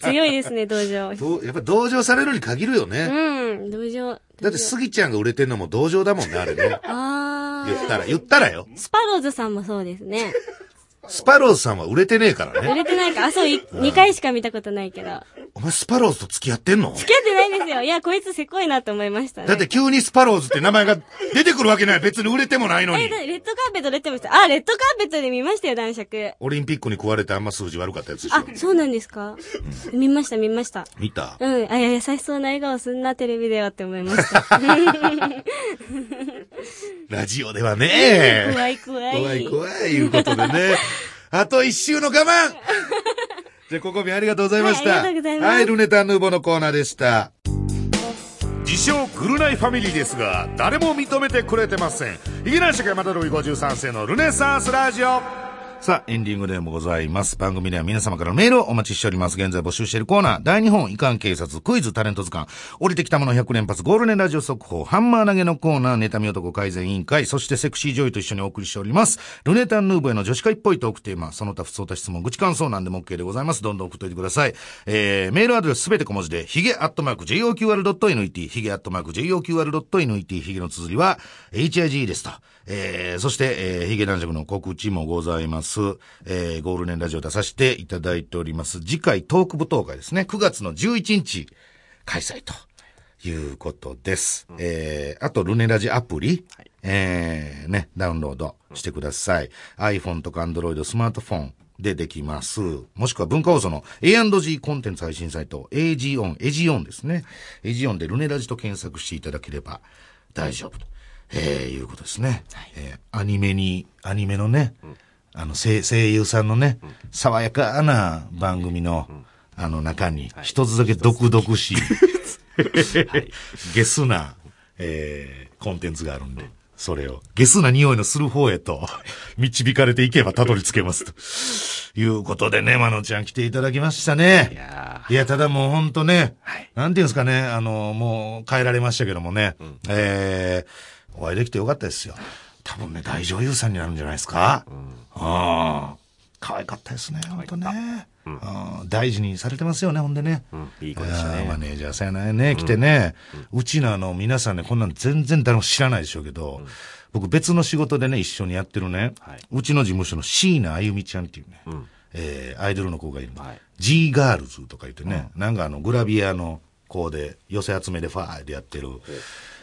Speaker 5: 強いですね、同情。
Speaker 2: どうやっぱ同情されるに限るよね。
Speaker 5: うん、同情。。
Speaker 2: だって、スギちゃんが売れてんのも同情だもんね、あれね
Speaker 5: あ
Speaker 2: 言っ
Speaker 5: ー。
Speaker 2: たら、言ったらよ。
Speaker 5: スパローズさんもそうですね。
Speaker 2: スパローズさんは売れてねえから
Speaker 5: 売
Speaker 2: ね。
Speaker 5: れてないか、あ、そう、い2回しか見たことないけど。や
Speaker 2: お前スパローズと付き合ってんの
Speaker 5: ってないですよ。いや、こいつせこいなと思いましたね。
Speaker 2: だって急にスパローズって名前が出てくるわけない。別に売れてもないの
Speaker 5: え、
Speaker 2: に
Speaker 5: だ。レッドカーペット出てました。あ、レッドカーペットで見ましたよ、男爵。
Speaker 2: オリンピックに食われてあんま数字悪かったやつでし
Speaker 5: あ
Speaker 2: ょ。、
Speaker 5: そうなんですか見ました、見ました。
Speaker 2: 見た
Speaker 5: うん。あ、いや、優しそうな笑顔すんな、テレビ <laughs> ではって思いました。
Speaker 2: ラジオではね。
Speaker 5: 怖い怖い。
Speaker 2: 怖い怖い、いうことでね。あと一周の我慢じゃあ、ここみありがとうございました。
Speaker 5: はいありがとうございます
Speaker 2: はいルネタンヌーボのコーナーでした。自称グルナイファミリーですが、誰も認めてくれてません。池梨社会またるい53世のルネサンスラジオ。さあ、エンディングでもございます。番組では皆様からのメールをお待ちしております。現在募集しているコーナー、大日本遺憾警察、クイズタレント図鑑、降りてきたもの100連発、ゴールデンラジオ速報、ハンマー投げのコーナー、妬み男改善委員会、そしてセクシー女優と一緒にお送りしております。ルネタンヌーボーへの女子会っぽいトークテーマ、その他不相た質問、愚痴感想なんでも OK でございます。どんどん送っといてください。えー、メールアドレスすべて小文字で、ヒゲアットマーク JOQR.net、ヒゲアットマーク JOQR.net、ヒゲの綴りは HIG ですと。えー、そして、えー、ヒゲ男爵の告知もございます。えー、ゴールデンラジオ出させていただいております。次回トーク舞踏会ですね。9月の11日開催と。いうことです。えー、あと、ルネラジアプリ、えー、ね、ダウンロードしてください。iPhone とか Android、スマートフォンでできます。もしくは文化放送の A&G コンテンツ配信サイト、AG オン、AG オンですね。AG オンでルネラジと検索していただければ大丈夫と、えー、いうことですね。えーアニメに、アニメのね、あの声、声優さんのね、爽やかな番組の、あの中に、一つだけ毒々 <laughs> しい、ゲスな、えーコンテンツがあるんで、それを、ゲスな匂いのする方へと、 <laughs> 導かれていけばたどり着けます。ということでね、まのちゃん来ていただきましたね。いやただもうほんとね、なんていうんですかね、あの、もう変えられましたけどもね、えー、お会いできてよかったですよ。多分ね、大女優さんになるんじゃないですか。ああ。可愛かったですね、ほんとね。あー大事にされてますよね、ほんでね。
Speaker 3: うんいい子でした
Speaker 2: あーマ
Speaker 3: ね。
Speaker 2: ネージャーさんやないね、来てね、うちのあの、皆さんね、こんなん全然誰も知らないでしょうけど、僕別の仕事でね、一緒にやってるね、
Speaker 3: いう
Speaker 2: ちの事務所の椎名あゆみちゃんっていうね、えーアイドルの子がいるの。G ガールズとか言ってね、なんかあの、グラビアの子で、寄せ集めでファーでやってる。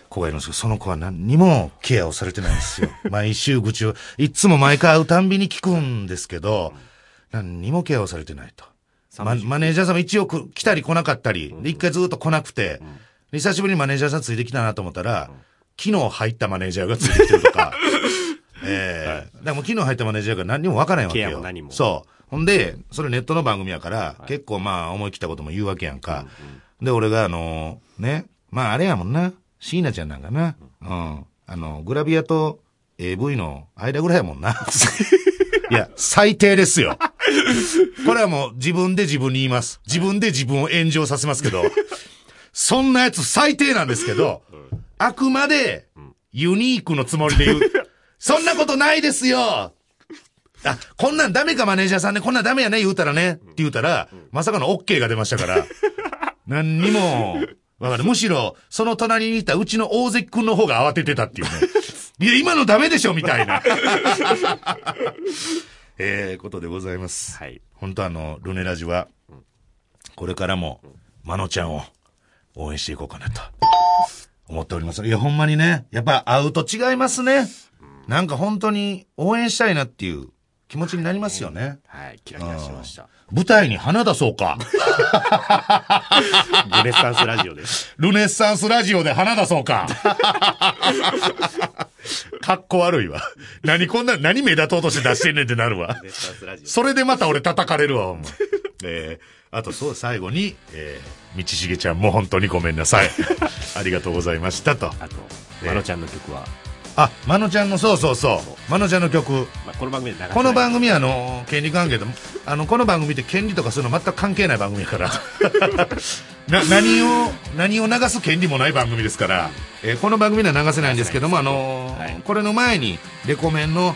Speaker 2: 子がいるんですけど、その子は何にもケアをされてないんです
Speaker 3: <laughs>
Speaker 2: よ。毎週愚痴を、いつも毎回会うたんびに聞くんですけど、何にもケアをされてないと。まマネージャーさんも一応く来たり来なかったり、で一回ずっと来なくて、で久しぶりにマネージャーさんついてきたなと思ったら、昨日入ったマネージャーがついてきてると <laughs> か、ええだからもう昨日入ったマネージャーが何にもわからへんわけよ。
Speaker 3: ケアも何も
Speaker 2: そう。ほんで、それネットの番組やから、結構まあ思い切ったことも言うわけやんか。で、俺があのね、まああれやもんな、椎名ちゃんなんかな、うん、あの、グラビアと AV の間ぐらいやもん <laughs> な。いや、最低ですよ。これはもう自分で自分に言います。自分で自分を炎上させますけど、そんなやつ最低なんですけど、あくまでユニークのつもりで言う。そんなことないですよあ、こんなんダメかマネージャーさんね、こんなんダメやね、言うたらね、って言うたら、まさかの OK が出ましたから、何にも、わかる。むしろ、その隣にいたうちの大関君の方が慌ててたっていうね。いや、今のダメでしょ、みたいな。えー、ことでございます。
Speaker 3: はい。
Speaker 2: 本当あの、ルネラジは、これからも、まのちゃんを応援していこうかなと、思っております。いや、ほんまにね、やっぱ会うと違いますね。なんか本当に応援したいなっていう気持ちになりますよね。
Speaker 3: はい。キラキラしました。
Speaker 2: 舞台に花出そう <laughs> か。
Speaker 3: ルネッサンスラジオです。
Speaker 2: ルネッサンスラジオで花出そう <laughs> か。かっこ悪いわ。何こんな、何目立とうとして出してんねんってなるわ
Speaker 3: ル。ネッサンスラジオ。
Speaker 2: それでまた俺叩かれるわ、お前。 <laughs> えー、あとそう、最後に、えー、道重ちゃんも本当にごめんなさい。ありがとうございましたと。
Speaker 3: あと、まのちゃんの曲は、
Speaker 2: あ、まのちゃんの、そうそうそう。まのちゃんの曲。
Speaker 3: まあ、この番組で流
Speaker 2: この番組はあの、権利関係でも、あの、この番組って権利とかそういうの全く関係ない番組やから。 <laughs> な、何を、何を流す権利もない番組ですから、えーこの番組では流せないんですけども、あのー
Speaker 3: はい
Speaker 2: これの前に、レコメンの、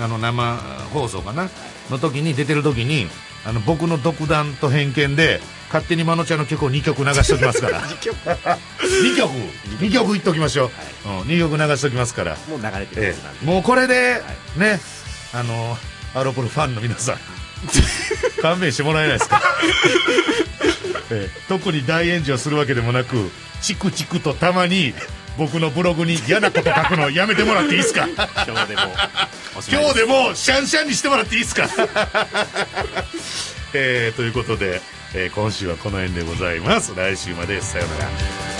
Speaker 2: あの、生放送かな、の時に、出てる時に、あの、僕の独断と偏見で、勝手にまのちゃんの曲を2曲流しておきます <laughs> から。2曲 ?2 曲いっときましょう。うん、2曲流しておきますから。
Speaker 3: もう流れてるや
Speaker 2: え
Speaker 3: つなんで、
Speaker 2: <laughs> え、もうこれで、ね、あの、アロプルファンの皆さん、勘弁してもらえないですか、ええ特に大炎上するわけでもなく、チクチクとたまに、僕のブログに嫌なこと書くのやめてもらっていいですか
Speaker 3: 今日でもおしまい
Speaker 2: 今日
Speaker 3: す
Speaker 2: でもうシャンシャンにしてもらっていいですかえーということで、えー今週はこの辺でございます。来週までさようなら。